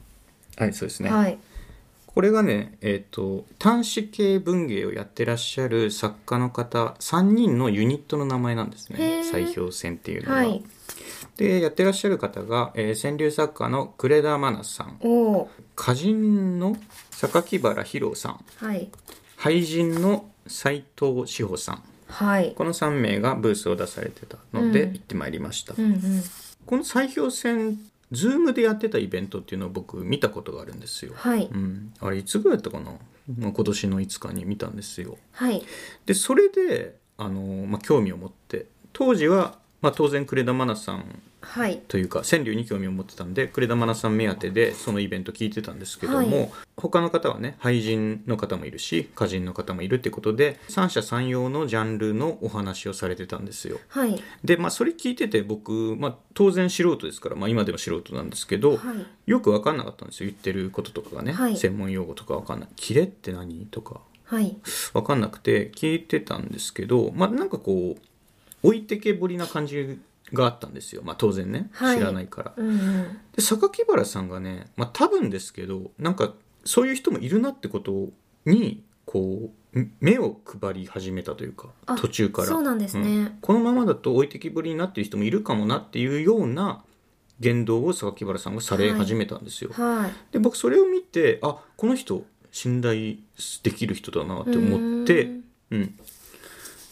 Speaker 1: はいそうですね、
Speaker 2: はい
Speaker 1: ここれがね、えっ、と、端子系文芸をやってらっしゃる作家の方、3人のユニットの名前なんです
Speaker 2: へ
Speaker 1: ね。
Speaker 2: ー
Speaker 1: 砕氷船っていうのは。
Speaker 2: はい
Speaker 1: で、やってらっしゃる方が、えー川柳作家の呉田真奈さん、
Speaker 2: おお
Speaker 1: 歌人の榊原博さん、
Speaker 2: はい
Speaker 1: 俳人の斎藤志保さん。
Speaker 2: はい
Speaker 1: この3名がブースを出されてたので、
Speaker 2: うん
Speaker 1: 行ってまいりました。
Speaker 2: うんうん
Speaker 1: この砕氷船、ズームでやってたイベントっていうのを僕見たことがあるんですよ。
Speaker 2: はい
Speaker 1: うん、あれいつぐらいだったかな、まあ、今年の5日に見たんですよ
Speaker 2: はい
Speaker 1: でそれで、あのーまあ、興味を持って当時は、まあ、当然呉田真奈さん
Speaker 2: はい
Speaker 1: というか川柳に興味を持ってたんで呉田真奈さん目当てでそのイベント聞いてたんですけども、
Speaker 2: はい
Speaker 1: 他の方はね俳人の方もいるし歌人の方もいるってことで三者三様のジャンルのお話をされてたんですよ
Speaker 2: はい
Speaker 1: でまあそれ聞いてて僕、まあ、当然素人ですから、まあ、今でも素人なんですけど、
Speaker 2: はい
Speaker 1: よく分かんなかったんですよ言ってることとかがね、
Speaker 2: はい
Speaker 1: 専門用語とか分かんない「キレって何?」とか
Speaker 2: はい
Speaker 1: 分かんなくて聞いてたんですけどまあなんかこう置いてけぼりな感じがあったんですよ、まあ、当然ね、
Speaker 2: はい
Speaker 1: 知らないから。
Speaker 2: うんうん
Speaker 1: で榊原さんがね、まあ、多分ですけどなんかそういう人もいるなってことにこうん目を配り始めたというか
Speaker 2: あ
Speaker 1: 途中から
Speaker 2: そうなんですね
Speaker 1: うんこのままだと置いてきぼりになってる人もいるかもなっていうような言動を榊原さんがされ始めたんですよ。
Speaker 2: はい
Speaker 1: で僕それを見てあこの人信頼できる人だなって思って
Speaker 2: うーん
Speaker 1: うん、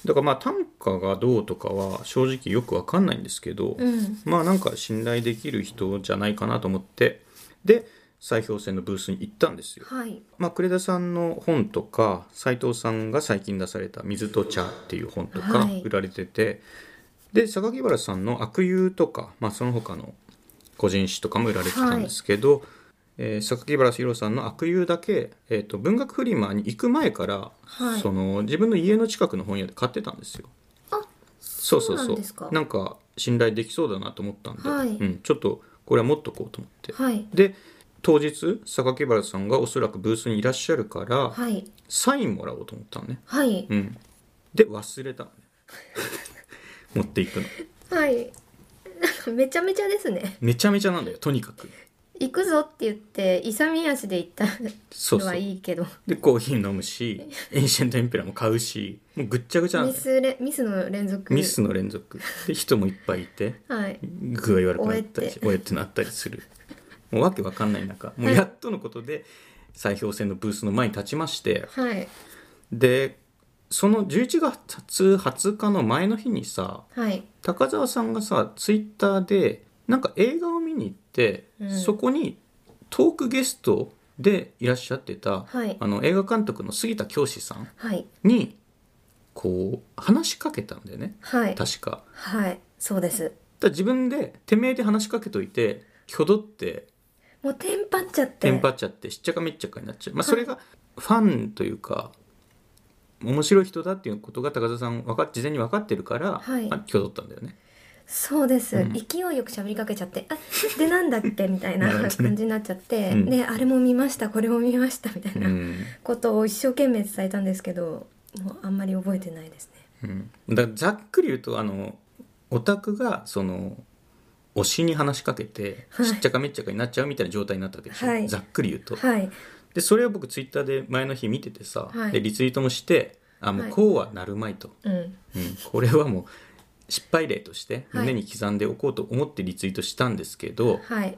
Speaker 1: だからまあ短歌がどうとかは正直よく分かんないんですけど、
Speaker 2: うん
Speaker 1: まあなんか信頼できる人じゃないかなと思ってで砕氷船のブースに行ったんですよ。
Speaker 2: はい
Speaker 1: まあ、呉田さんの本とか斉藤さんが最近出された「水と茶」っていう本とか
Speaker 2: はい
Speaker 1: 売られてて、で榊原さんの「悪友」とか、まあ、その他の個人誌とかも売られてたんですけど、えー榊原博さんの「悪友」だけ、えー、と文学フリマに行く前から、
Speaker 2: はい
Speaker 1: その自分の家の近くの本屋で買ってたんですよ。
Speaker 2: あ
Speaker 1: そうそう
Speaker 2: そう
Speaker 1: そうん
Speaker 2: なですか
Speaker 1: なんか信頼できそうだなと思ったんで、
Speaker 2: はい
Speaker 1: うん、ちょっとこれは持っとこうと思って。
Speaker 2: はい
Speaker 1: で当日榊原さんがおそらくブースにいらっしゃるから、
Speaker 2: はい
Speaker 1: サインもらおうと思ったのね、
Speaker 2: はい
Speaker 1: うん、で忘れたのね *laughs* 持っていくの
Speaker 2: はいめちゃめちゃですね
Speaker 1: めちゃめちゃなんだよとにかく
Speaker 2: 行くぞって言って勇み足で行った
Speaker 1: そう
Speaker 2: の
Speaker 1: そ
Speaker 2: は
Speaker 1: う
Speaker 2: いいけど
Speaker 1: でコーヒー飲むしエンシェントエンペラーも買うしもうぐっちゃぐちゃなん
Speaker 2: ミ
Speaker 1: だよ
Speaker 2: スレミスの連続
Speaker 1: ミスの連続で人もいっぱいいて
Speaker 2: はい
Speaker 1: 具合悪くなったりしおえってなったりするもうわけわかんない中もうやっとのことで砕氷船のブースの前に立ちまして、
Speaker 2: はい
Speaker 1: でその11月20日の前の日にさ
Speaker 2: はい
Speaker 1: 高澤さんがさツイッターでなんか映画を見に行って、
Speaker 2: うん
Speaker 1: そこにトークゲストでいらっしゃってた、
Speaker 2: はい
Speaker 1: あの映画監督の杉田教師さん
Speaker 2: はい
Speaker 1: にこう話しかけたんだよね
Speaker 2: はい
Speaker 1: 確か。
Speaker 2: はいそうです
Speaker 1: だから自分でてめえで話しかけといて挙動って
Speaker 2: もうテンパっちゃって
Speaker 1: テンパっちゃってしっちゃかめっちゃかになっちゃう、まあ、それがファンというか面白い人だっていうことが高田さんわか事前に分かってるから、
Speaker 2: はい
Speaker 1: あ今日取ったんだよね
Speaker 2: そうです、
Speaker 1: うん
Speaker 2: 勢いよく喋りかけちゃって「あでなんだっけ?」みたいな
Speaker 1: なるほどね
Speaker 2: 感じになっちゃって、
Speaker 1: うん、
Speaker 2: であれも見ましたこれも見ましたみたいうなんことを一生懸命伝えたんですけどもうあんまり覚えてないですね
Speaker 1: うん、だからざっくり言うとあのオタクがその推しに話しかけて
Speaker 2: はい
Speaker 1: しっちゃかめっちゃかになっちゃうみたいな状態になったわけでしょ、
Speaker 2: はい
Speaker 1: ざっくり言うと、
Speaker 2: はい
Speaker 1: でそれを僕ツイッターで前の日見ててさ、
Speaker 2: はい
Speaker 1: でリツイートもしてあも
Speaker 2: は
Speaker 1: う
Speaker 2: い
Speaker 1: こうはなるまいと、
Speaker 2: うん
Speaker 1: うんこれはもう失敗例として
Speaker 2: はい
Speaker 1: 胸に刻んでおこうと思ってリツイートしたんですけど、
Speaker 2: はい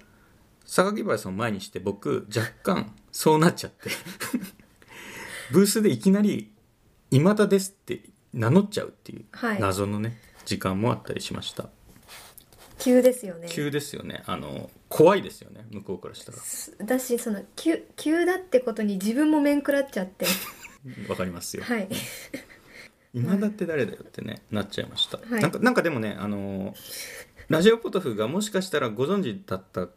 Speaker 1: 榊原さんを前にして僕若干そうなっちゃって *laughs* ブースでいきなり「今田です」って名乗っちゃうっていう
Speaker 2: はい
Speaker 1: 謎のね、時間もあったりしました
Speaker 2: 急ですよね
Speaker 1: 急ですよねあの怖いですよね向こうからしたら
Speaker 2: 私その急急だってことに自分も面食らっちゃって
Speaker 1: *laughs* わかりますよ、
Speaker 2: はい
Speaker 1: 今だって誰だよってねなっちゃいました、
Speaker 2: はい
Speaker 1: なんかなんかでもねあのーラジオポトフがもしかしたらご存知だった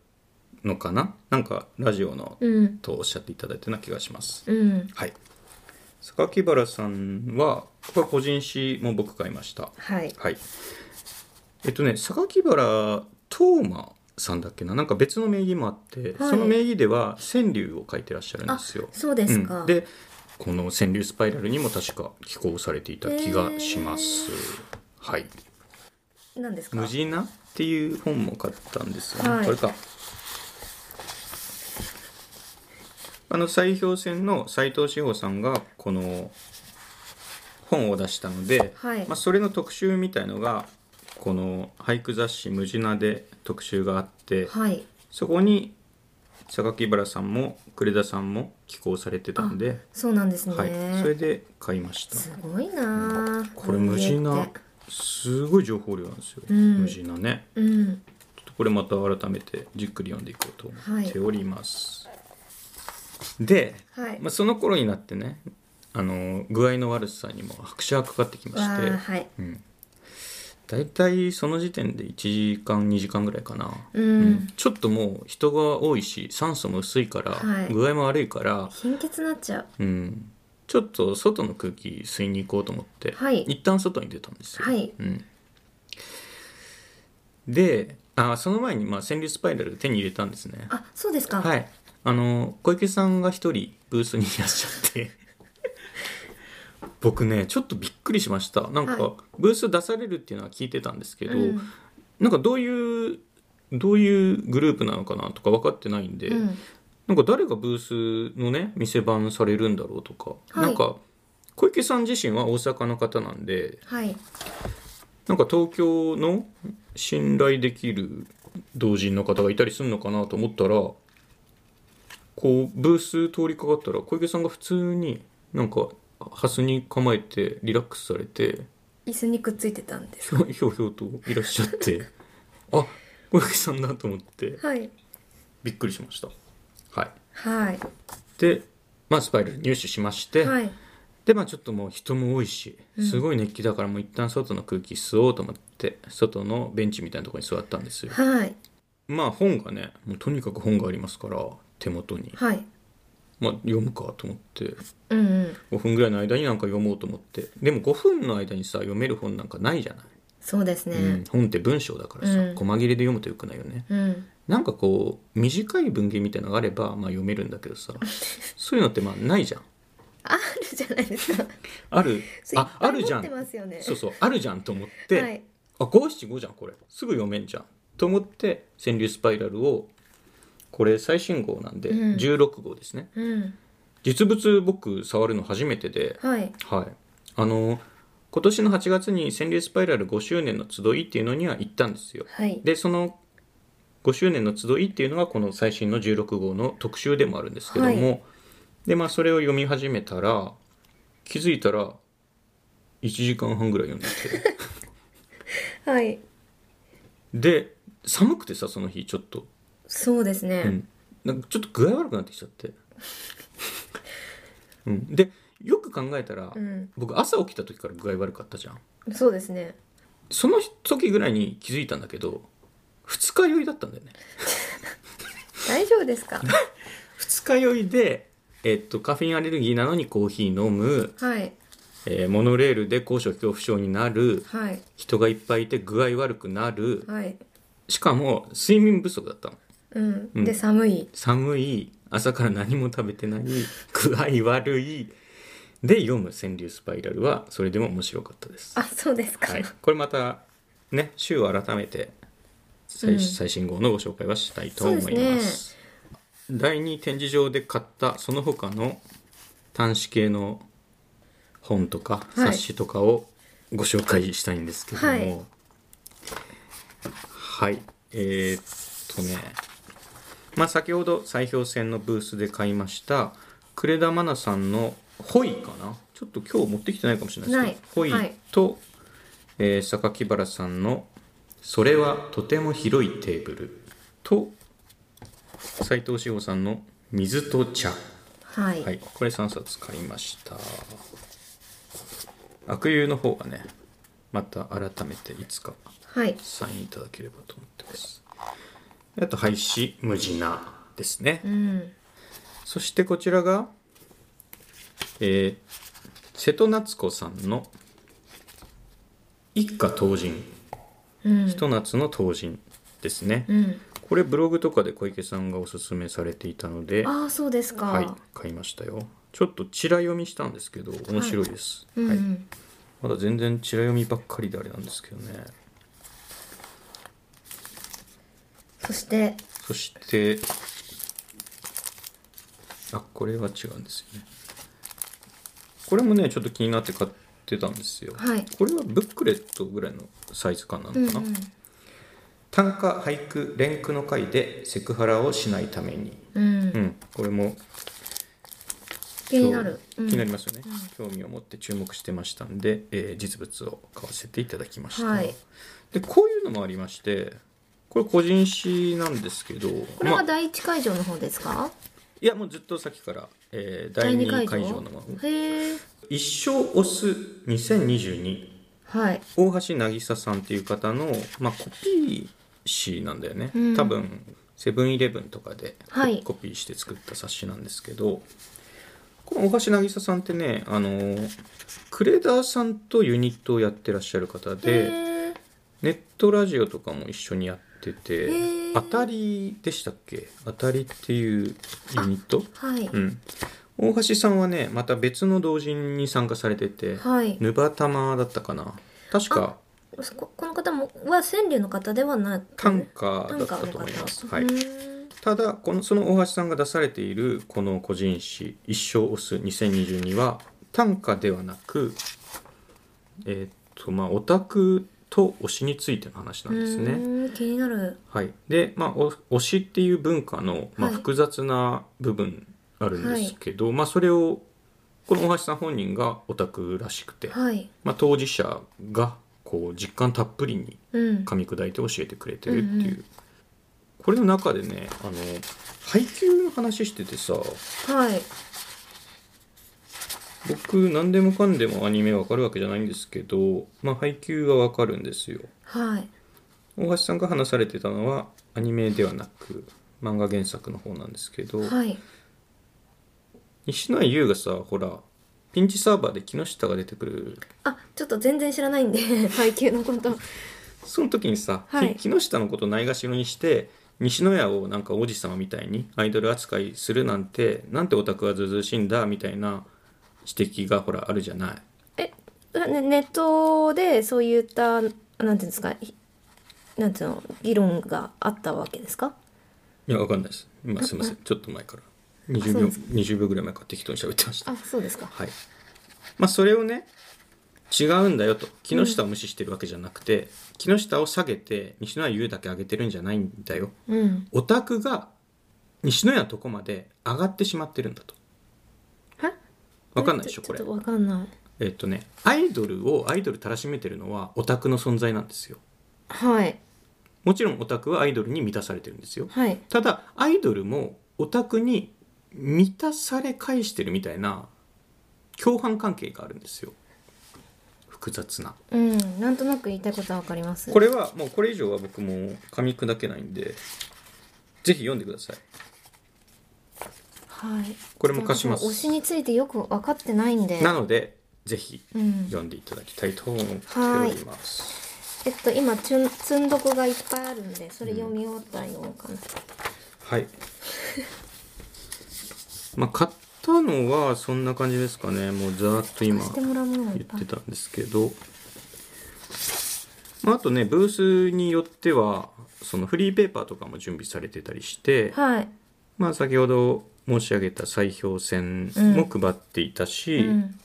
Speaker 1: のかななんかラジオの
Speaker 2: うん
Speaker 1: とおっしゃっていただいたような気がします、
Speaker 2: うん
Speaker 1: はい榊原さんはこれ個人誌も僕買いました
Speaker 2: はい
Speaker 1: はいえっとね榊原東馬さんだっけななんか別の名義もあって、
Speaker 2: はい
Speaker 1: その名義では川柳を書いてらっしゃるんですよ
Speaker 2: そうですか、
Speaker 1: うんでこの「川柳スパイラル」にも確か寄稿されていた気がします、はい
Speaker 2: なんで
Speaker 1: 「
Speaker 2: すか
Speaker 1: 無地な」っていう本も買ったんですよね、
Speaker 2: はい
Speaker 1: これかあの砕氷船の斎藤志保さんがこの本を出したので、
Speaker 2: はい
Speaker 1: まあ、それの特集みたいのがこの俳句雑誌「ムジナ」で特集があって、
Speaker 2: はい
Speaker 1: そこに榊原さんも呉田さんも寄稿されてたんで、
Speaker 2: そうなんですね、
Speaker 1: はい、それで買いました
Speaker 2: すごいなあ
Speaker 1: これ無事なすごい情報量なんですよ、
Speaker 2: ん
Speaker 1: 無事なね
Speaker 2: うん
Speaker 1: ちょっとこれまた改めてじっくり読んでいこうと思っております、で、
Speaker 2: はい
Speaker 1: まあ、その頃になってねあの具合の悪さにも拍車がかかってきま
Speaker 2: わ
Speaker 1: して
Speaker 2: あはい
Speaker 1: 大体その時点で1時間2時間ぐらいかな、
Speaker 2: うん
Speaker 1: ちょっともう人が多いし酸素も薄いから、
Speaker 2: はい
Speaker 1: 具合も悪いから、
Speaker 2: 貧血になっちゃう
Speaker 1: うん、ちょっと外の空気吸いに行こうと思って、
Speaker 2: はい
Speaker 1: 一旦外に出たんですよ、
Speaker 2: はい
Speaker 1: うん、であその前にまあ川柳スパイラル手に入れたんですね
Speaker 2: あそうですか、
Speaker 1: はいあの小池さんが一人ブースにいらっしゃって僕ねちょっとびっくりしましたなんか、
Speaker 2: はい
Speaker 1: ブース出されるっていうのは聞いてたんですけど、
Speaker 2: うん
Speaker 1: なんかどういうどういうグループなのかなとか分かってないんで、
Speaker 2: うん
Speaker 1: なんか誰がブースのね店番されるんだろうとか、
Speaker 2: はい
Speaker 1: なんか小池さん自身は大阪の方なんで
Speaker 2: はい
Speaker 1: なんか東京の信頼できる同人の方がいたりするのかなと思ったらこうブース通りかかったら小池さんが普通になんかハスに構えてリラックスされて
Speaker 2: 椅子にくっついてたんです
Speaker 1: ひょひょうひょうといらっしゃって *laughs* あ小池さんだと思って
Speaker 2: はい
Speaker 1: びっくりしました。はい、
Speaker 2: は
Speaker 1: で、まあ、スパイラル入手しまし
Speaker 2: い
Speaker 1: て、
Speaker 2: はい
Speaker 1: でまあちょっともう人も多いしすごい熱気だからもう一旦外の空気吸おうと思って外のベンチみたいなところに座ったんですよ
Speaker 2: はい
Speaker 1: まあ本がねもうとにかく本がありますから手元に
Speaker 2: はい
Speaker 1: まあ読むかと思って
Speaker 2: うんうん
Speaker 1: 5分ぐらいの間になんか読もうと思ってでも5分の間にさ読める本なんかないじゃない、
Speaker 2: そうですね、
Speaker 1: うん、本って文章だからさ、
Speaker 2: うん
Speaker 1: 細切れで読むとよくないよね
Speaker 2: うん、
Speaker 1: なんかこう短い文芸みたいなのがあればまあ読めるんだけど
Speaker 2: *laughs*
Speaker 1: さそういうのってまあないじゃん
Speaker 2: あるじゃないですか。
Speaker 1: あるああるじゃん
Speaker 2: 持ってますよね。
Speaker 1: そうそうあるじゃんと思って、
Speaker 2: はい
Speaker 1: あ五七五じゃんこれすぐ読めんじゃんと思って「川柳スパイラルを」これ最新号なんで、
Speaker 2: うん
Speaker 1: 16号ですね
Speaker 2: うん、
Speaker 1: 実物僕触るの初めてで、
Speaker 2: はい、
Speaker 1: はい、あの今年の8月に「川柳スパイラル5周年の集い」っていうのには行ったんですよ
Speaker 2: はい、
Speaker 1: でその5周年の集いっていうのがこの最新の16号の特集でもあるんですけども、
Speaker 2: は
Speaker 1: でまあそれを読み始めたら気づいたら1時間半ぐらい読んでて
Speaker 2: はい、
Speaker 1: で寒くてさその日ちょっと、
Speaker 2: そうですね。
Speaker 1: うん、なんかちょっと具合悪くなってきちゃ *laughs* って、うん、でよく考えたら、
Speaker 2: うん
Speaker 1: 僕朝起きた時から具合悪かったじゃん
Speaker 2: そうですね。
Speaker 1: その時ぐらいに気づいたんだけど二日酔いだったんだよね
Speaker 2: 大丈夫で
Speaker 1: *laughs*
Speaker 2: すか。
Speaker 1: 二日酔いで、えっと、カフェインアレルギーなのにコーヒー飲む、
Speaker 2: はい、
Speaker 1: えーモノレールで高所恐怖症になる
Speaker 2: はい、
Speaker 1: 人がいっぱいいて具合悪くなる
Speaker 2: はい、
Speaker 1: しかも睡眠不足だったの
Speaker 2: うん、
Speaker 1: うん
Speaker 2: で、寒い。
Speaker 1: 寒い朝から何も食べてない *laughs* 具合悪いで読む「川柳スパイラル」はそれでも面白かったです、
Speaker 2: あ、そうですか。
Speaker 1: はい、これまたね週を改めて最,、
Speaker 2: うん
Speaker 1: 最新号のご紹介はしたいと思います
Speaker 2: そうです
Speaker 1: 第2展示場で買ったその他の端子系の本とか
Speaker 2: はい
Speaker 1: 冊子とかをご紹介したいんですけども
Speaker 2: はい
Speaker 1: はい、えーっとねまあ先ほど砕氷船のブースで買いました呉田愛菜さんの「ホイ」かなちょっと今日持ってきてないかもしれないですけど「ホ
Speaker 2: ない
Speaker 1: イ
Speaker 2: はい」
Speaker 1: と、えー榊原さんの「それはとても広いテーブル」と斉藤志保さんの「水と茶」
Speaker 2: はい、
Speaker 1: はい、これ3冊買いました悪友の方はねまた改めていつか
Speaker 2: はい、
Speaker 1: サインいただければと思ってますあと廃止無地なですね、
Speaker 2: うん、
Speaker 1: そしてこちらが、えー瀬戸夏子さんの「一家唐人」
Speaker 2: うん
Speaker 1: ひと夏の唐人」ですね、
Speaker 2: うん、
Speaker 1: これブログとかで小池さんがおすすめされていたので
Speaker 2: ああ、そうですか。
Speaker 1: はい買いましたよちょっとチラ読みしたんですけど面白いです、
Speaker 2: うん、う
Speaker 1: はい
Speaker 2: ん、
Speaker 1: まだ全然チラ読みばっかりであれなんですけどね
Speaker 2: そして、
Speaker 1: そしてあこれは違うんですよねこれもねちょっと気になって買ってたんですよ、
Speaker 2: はい
Speaker 1: これはブックレットぐらいのサイズ感なのか
Speaker 2: うんう
Speaker 1: な、
Speaker 2: ん
Speaker 1: 短歌俳句連句の会でセクハラをしないために、
Speaker 2: うん
Speaker 1: うん、これも
Speaker 2: 気になる
Speaker 1: 興
Speaker 2: うん
Speaker 1: 気になりますよね、興味を持って注目してましたんで、えー実物を買わせていただきました、
Speaker 2: はい
Speaker 1: でこういうのもありましてこれ個人誌なんですけど
Speaker 2: これは
Speaker 1: まあ、
Speaker 2: 第一会場の方ですか
Speaker 1: いやもうずっとさっきから、えー第2会場のまま
Speaker 2: へえ
Speaker 1: 一生オス2022
Speaker 2: はい
Speaker 1: 大橋渚さんっていう方の、まあ、コピー誌なんだよね、
Speaker 2: うん
Speaker 1: 多分セブンイレブンとかでコ,、
Speaker 2: はい
Speaker 1: コピーして作った冊子なんですけどこの大橋渚さんってねあのクレーダーさんとユニットをやってらっしゃる方
Speaker 2: へ
Speaker 1: で
Speaker 2: え
Speaker 1: ネットラジオとかも一緒にやってて
Speaker 2: へ
Speaker 1: 「
Speaker 2: ー
Speaker 1: 当たり」でしたっけ「当たり」っていうユニット、
Speaker 2: はい
Speaker 1: うん、大橋さんはねまた別の同人に参加されてて
Speaker 2: はい
Speaker 1: ヌバタマだったかな確か
Speaker 2: ここの方もは川柳の方ではなく
Speaker 1: 短歌だった
Speaker 2: 短歌の
Speaker 1: と
Speaker 2: 方
Speaker 1: 思います、
Speaker 2: う
Speaker 1: はい、
Speaker 2: ーん
Speaker 1: ただこのその大橋さんが出されているこの個人誌「一生オス2022」は短歌ではなくえーっとまあオタクと推しについての話なんです
Speaker 2: う
Speaker 1: ね
Speaker 2: ーん気になる
Speaker 1: はい、で、まあ、お推しっていう文化の、まあ、
Speaker 2: はい
Speaker 1: 複雑な部分あるんですけど、まあ、それをこの大橋さん本人がオタクらしくて、
Speaker 2: はい
Speaker 1: まあ、当事者がこう実感たっぷりに
Speaker 2: うん
Speaker 1: 噛み砕いて教えてくれてるっていう、
Speaker 2: うんう
Speaker 1: これの中でねあの配給の話しててさ
Speaker 2: はい
Speaker 1: 僕何でもかんでもアニメわかるわけじゃないんですけど、まあ、配給はわかるんですよ。
Speaker 2: はい
Speaker 1: 大橋さんが話されてたのはアニメではなく漫画原作の方なんですけど、
Speaker 2: はい
Speaker 1: 西野優がさほらピンチサーバーで木下が出てくる
Speaker 2: あちょっと全然知らないんで *laughs* 配給のこと
Speaker 1: その時にさ、
Speaker 2: はい
Speaker 1: き木下のことないがしろにして西野屋をなんか王子様みたいにアイドル扱いするなんてなんてオタクはずうずうしいんだみたいな指摘がほらあるじゃない
Speaker 2: え、ね、ネットでそういったなんていうんですかひなんていうの議論があったわけですか
Speaker 1: いやわかんないです今すいませんちょっと前から20
Speaker 2: そう
Speaker 1: 秒
Speaker 2: です
Speaker 1: 20秒ぐらい前から適当に喋ってました
Speaker 2: あそうですか
Speaker 1: はい。まあそれをね、違うんだよと。木下を無視してるわけじゃなくて、木下を下げて、西野優だけ上げてるんじゃないんだよ。
Speaker 2: うん
Speaker 1: オタクが西野屋のとこまで上がってしまってるんだと。
Speaker 2: は
Speaker 1: わかんないでしょ、
Speaker 2: ち
Speaker 1: こ
Speaker 2: ょ
Speaker 1: れ
Speaker 2: ちょっ。とわかんない
Speaker 1: えっとね、アイドルをアイドルたらしめてるのはオタクの存在なんですよ。
Speaker 2: はい
Speaker 1: もちろんオタクはアイドルに満たされてるんですよ。
Speaker 2: はい
Speaker 1: ただ、アイドルもオタクに満たされ返してるみたいな共犯関係があるんですよ。複雑な。
Speaker 2: うんなんとなく言いたいことはわかります
Speaker 1: これはもうこれ以上は僕も噛み砕けないんでぜひ読んでください
Speaker 2: はい
Speaker 1: これも貸します
Speaker 2: ちょっと私推しについてよく分かってないんで
Speaker 1: なのでぜひ
Speaker 2: うん
Speaker 1: 読んでいただきたいと思っております
Speaker 2: えっと今つん積んどこがいっぱいあるんでそれ読み終わったら読もうかな、
Speaker 1: はい、 *laughs* まあ買ったのはそんな感じですかねもうざーっと今
Speaker 2: 貸してもらうものがいっ
Speaker 1: 言
Speaker 2: ぱ
Speaker 1: っ
Speaker 2: い
Speaker 1: てたんですけど、まあ、あとねブースによってはそのフリーペーパーとかも準備されてたりして、
Speaker 2: はい
Speaker 1: まあ、先ほど申し上げた砕氷船も配っていたし、
Speaker 2: うん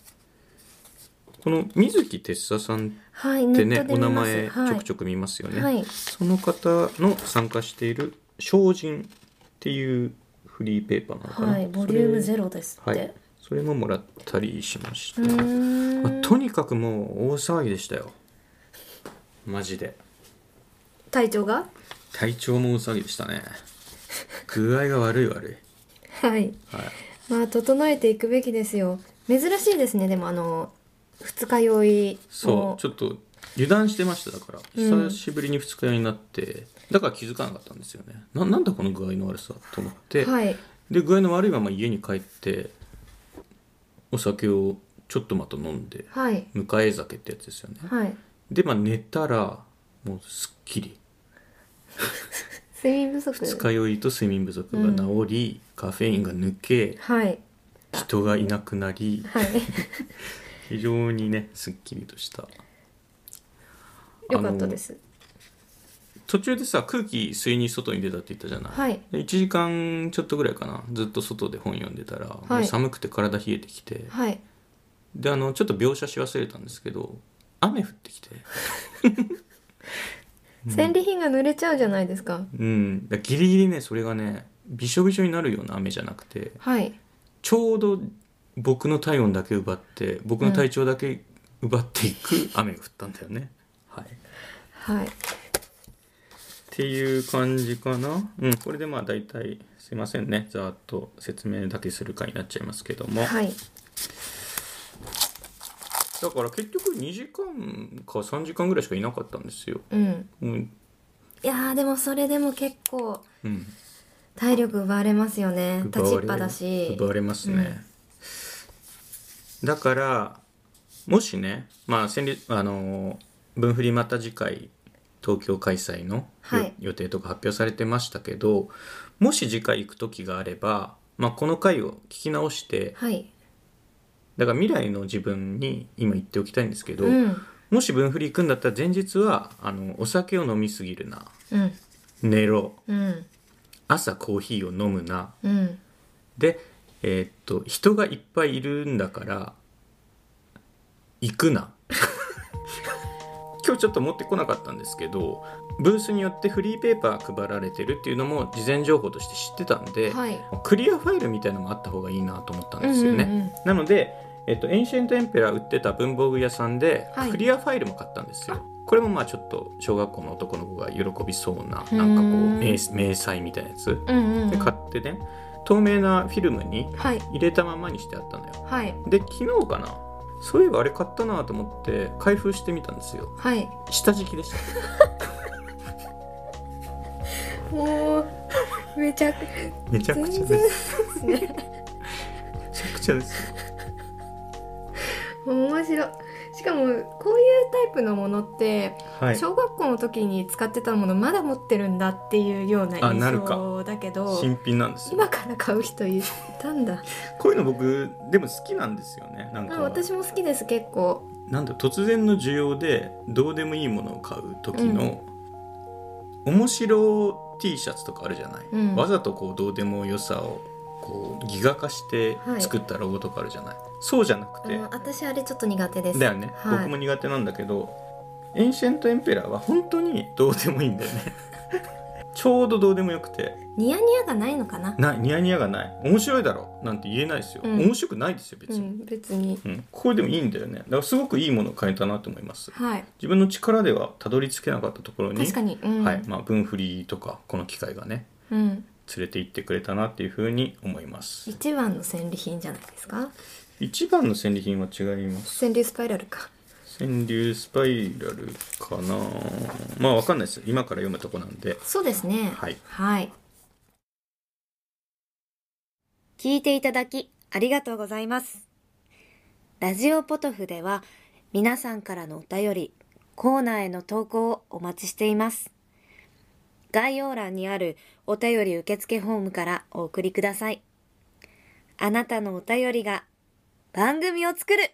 Speaker 1: この水木哲也さん
Speaker 2: はい
Speaker 1: っ
Speaker 2: ネ
Speaker 1: て
Speaker 2: ッ
Speaker 1: ね
Speaker 2: トで
Speaker 1: お
Speaker 2: 見
Speaker 1: 名
Speaker 2: ます
Speaker 1: 前ち
Speaker 2: はい
Speaker 1: ょくちょく見ますよね、
Speaker 2: はい
Speaker 1: その方の参加している「精進」っていうフリーペーパーなのかな、
Speaker 2: はいボリュームゼ
Speaker 1: ロ
Speaker 2: ロですって、
Speaker 1: はいそれももらったりしました、
Speaker 2: うーん
Speaker 1: まあとにかくもう大騒ぎでしたよマジで
Speaker 2: 体調が
Speaker 1: 体調も大騒ぎでした
Speaker 2: *laughs*
Speaker 1: ね具合が悪い悪い
Speaker 2: は
Speaker 1: は
Speaker 2: い
Speaker 1: い
Speaker 2: まあ整えていくべきですよ珍しいですねでもあの二日酔い
Speaker 1: そ
Speaker 2: の
Speaker 1: うちょっと油断してましただから
Speaker 2: うん
Speaker 1: 久しぶりに二日酔いになって、だから気づかなかったんですよねななんだこの具合の悪さと思って、
Speaker 2: はい
Speaker 1: で具合の悪いまま家に帰ってお酒をちょっとまた飲んで
Speaker 2: はい
Speaker 1: 迎え酒ってやつですよね
Speaker 2: はい
Speaker 1: でまあ寝たらもうすっきり
Speaker 2: 睡眠不足
Speaker 1: 二日酔いと睡眠不足が治り、カフェインが抜け
Speaker 2: はい
Speaker 1: 人がいなくなり
Speaker 2: はい
Speaker 1: *laughs* 非常にねすっきりとした
Speaker 2: よかったです
Speaker 1: 途中でさ空気吸いに外に出たって言ったじゃない、
Speaker 2: はい
Speaker 1: で1時間ちょっとぐらいかなずっと外で本読んでたら、もう寒くて体冷えてきて
Speaker 2: はい
Speaker 1: であのちょっと描写し忘れたんですけど雨降ってきて
Speaker 2: 戦利品が濡れちゃうじゃないですか
Speaker 1: うんだからギリギリねそれがねびしょびしょになるような雨じゃなくて
Speaker 2: はい
Speaker 1: ちょうど僕の体温だけ奪って僕の体調だけ奪っていく雨が降ったんだよね、はい
Speaker 2: はい
Speaker 1: っていう感じかな。うん、これでまあ大体すいませんね。ざーっと説明だけする回になっちゃいますけども。
Speaker 2: はい
Speaker 1: だから結局2時間か3時間ぐらいしかいなかったんですよ。
Speaker 2: うん
Speaker 1: うん。
Speaker 2: いやーでもそれでも結構
Speaker 1: うん、
Speaker 2: 体力奪われますよね
Speaker 1: 奪われ
Speaker 2: 立ちっぱだし
Speaker 1: 奪われますね。だから、もしね、まあ、先日、あのー、分振りまた次回、東京開催のよ、
Speaker 2: はい
Speaker 1: 予定とか発表されてましたけど、もし次回行く時があれば、まあ、この回を聞き直して、
Speaker 2: はい
Speaker 1: だから未来の自分に今言っておきたいんですけど、
Speaker 2: うん
Speaker 1: もし分振り行くんだったら前日はあのお酒を飲みすぎるな
Speaker 2: うん
Speaker 1: 寝ろ
Speaker 2: うん
Speaker 1: 朝コーヒーを飲むな
Speaker 2: うん
Speaker 1: でえーっと人がいっぱいいるんだから行くな *laughs* 今日ちょっと持ってこなかったんですけどブースによってフリーペーパー配られてるっていうのも事前情報として知ってたんで、
Speaker 2: はい
Speaker 1: クリアファイルみたいのもあった方がいいなと思ったんですよね、
Speaker 2: うんうんうん
Speaker 1: なので、えっと、エンシェントエンペラー売ってた文房具屋さんで、
Speaker 2: はい
Speaker 1: クリアファイルも買ったんですよこれもまあちょっと小学校の男の子が喜びそうななんかこう
Speaker 2: うん
Speaker 1: 明明細みたいなやつ
Speaker 2: うんうんう
Speaker 1: で
Speaker 2: ん
Speaker 1: 買ってね透明なフィルムに
Speaker 2: はい
Speaker 1: 入れたままにしてあったのよ
Speaker 2: はい
Speaker 1: で昨日かなそういえばあれ買ったなと思って開封してみたんですよ
Speaker 2: はい
Speaker 1: 下敷き
Speaker 2: *laughs*
Speaker 1: でした
Speaker 2: もう *laughs* めちゃく
Speaker 1: めちゃくちゃですめちゃくちゃです
Speaker 2: 面白いしかもこういうタイプのものって
Speaker 1: はい
Speaker 2: 小学校の時に使ってたものまだ持ってるんだっていうような
Speaker 1: あ
Speaker 2: 印
Speaker 1: なるか
Speaker 2: 象だけど
Speaker 1: 新品なんですよ
Speaker 2: 今から買う人
Speaker 1: *laughs*
Speaker 2: いたんだ
Speaker 1: こういうの僕でも好きなんですよねなん
Speaker 2: あ
Speaker 1: か
Speaker 2: 私も好きです結構
Speaker 1: なんだろう突然の需要でどうでもいいものを買う時の、面白 T シャツとかあるじゃない、
Speaker 2: うん
Speaker 1: わざとこうどうでも良さをこうギガ化して作ったロゴとかあるじゃない、そうじゃなく
Speaker 2: あ
Speaker 1: て、
Speaker 2: の私あれちょっと苦手です
Speaker 1: だよね、
Speaker 2: はい
Speaker 1: 僕も苦手なんだけどエンシェントエンペラーは本当にどうでもいいんだよ
Speaker 2: *laughs*
Speaker 1: ねちょうどどうでもよくて
Speaker 2: ニヤニヤがないのかな
Speaker 1: ないニヤニヤがない面白いだろなんて言えないですよ、
Speaker 2: うん
Speaker 1: 面白くないですよ別
Speaker 2: う
Speaker 1: に、
Speaker 2: ん別に
Speaker 1: うん、これでもいいんだよねだからすごくいいものを変えたなと思います
Speaker 2: はい
Speaker 1: 自分の力ではたどり着けなかったところに
Speaker 2: 確かにうん、
Speaker 1: はいまあ、分振りとかこの機会がね
Speaker 2: うん、
Speaker 1: 連れて行ってくれたなっていうふうに思います
Speaker 2: 一番の戦利品じゃないですか
Speaker 1: 一番の戦利品は違います
Speaker 2: 戦利スパイラルか
Speaker 1: 川柳スパイラルかなまあわかんないです今から読むとこなんで
Speaker 2: そうですね
Speaker 1: はい
Speaker 2: はい
Speaker 3: 聞いていただきありがとうございます。ラジオポトフでは皆さんからのお便り、コーナーへの投稿をお待ちしています。概要欄にあるお便り受付フォームからお送りください。あなたのお便りが番組を作る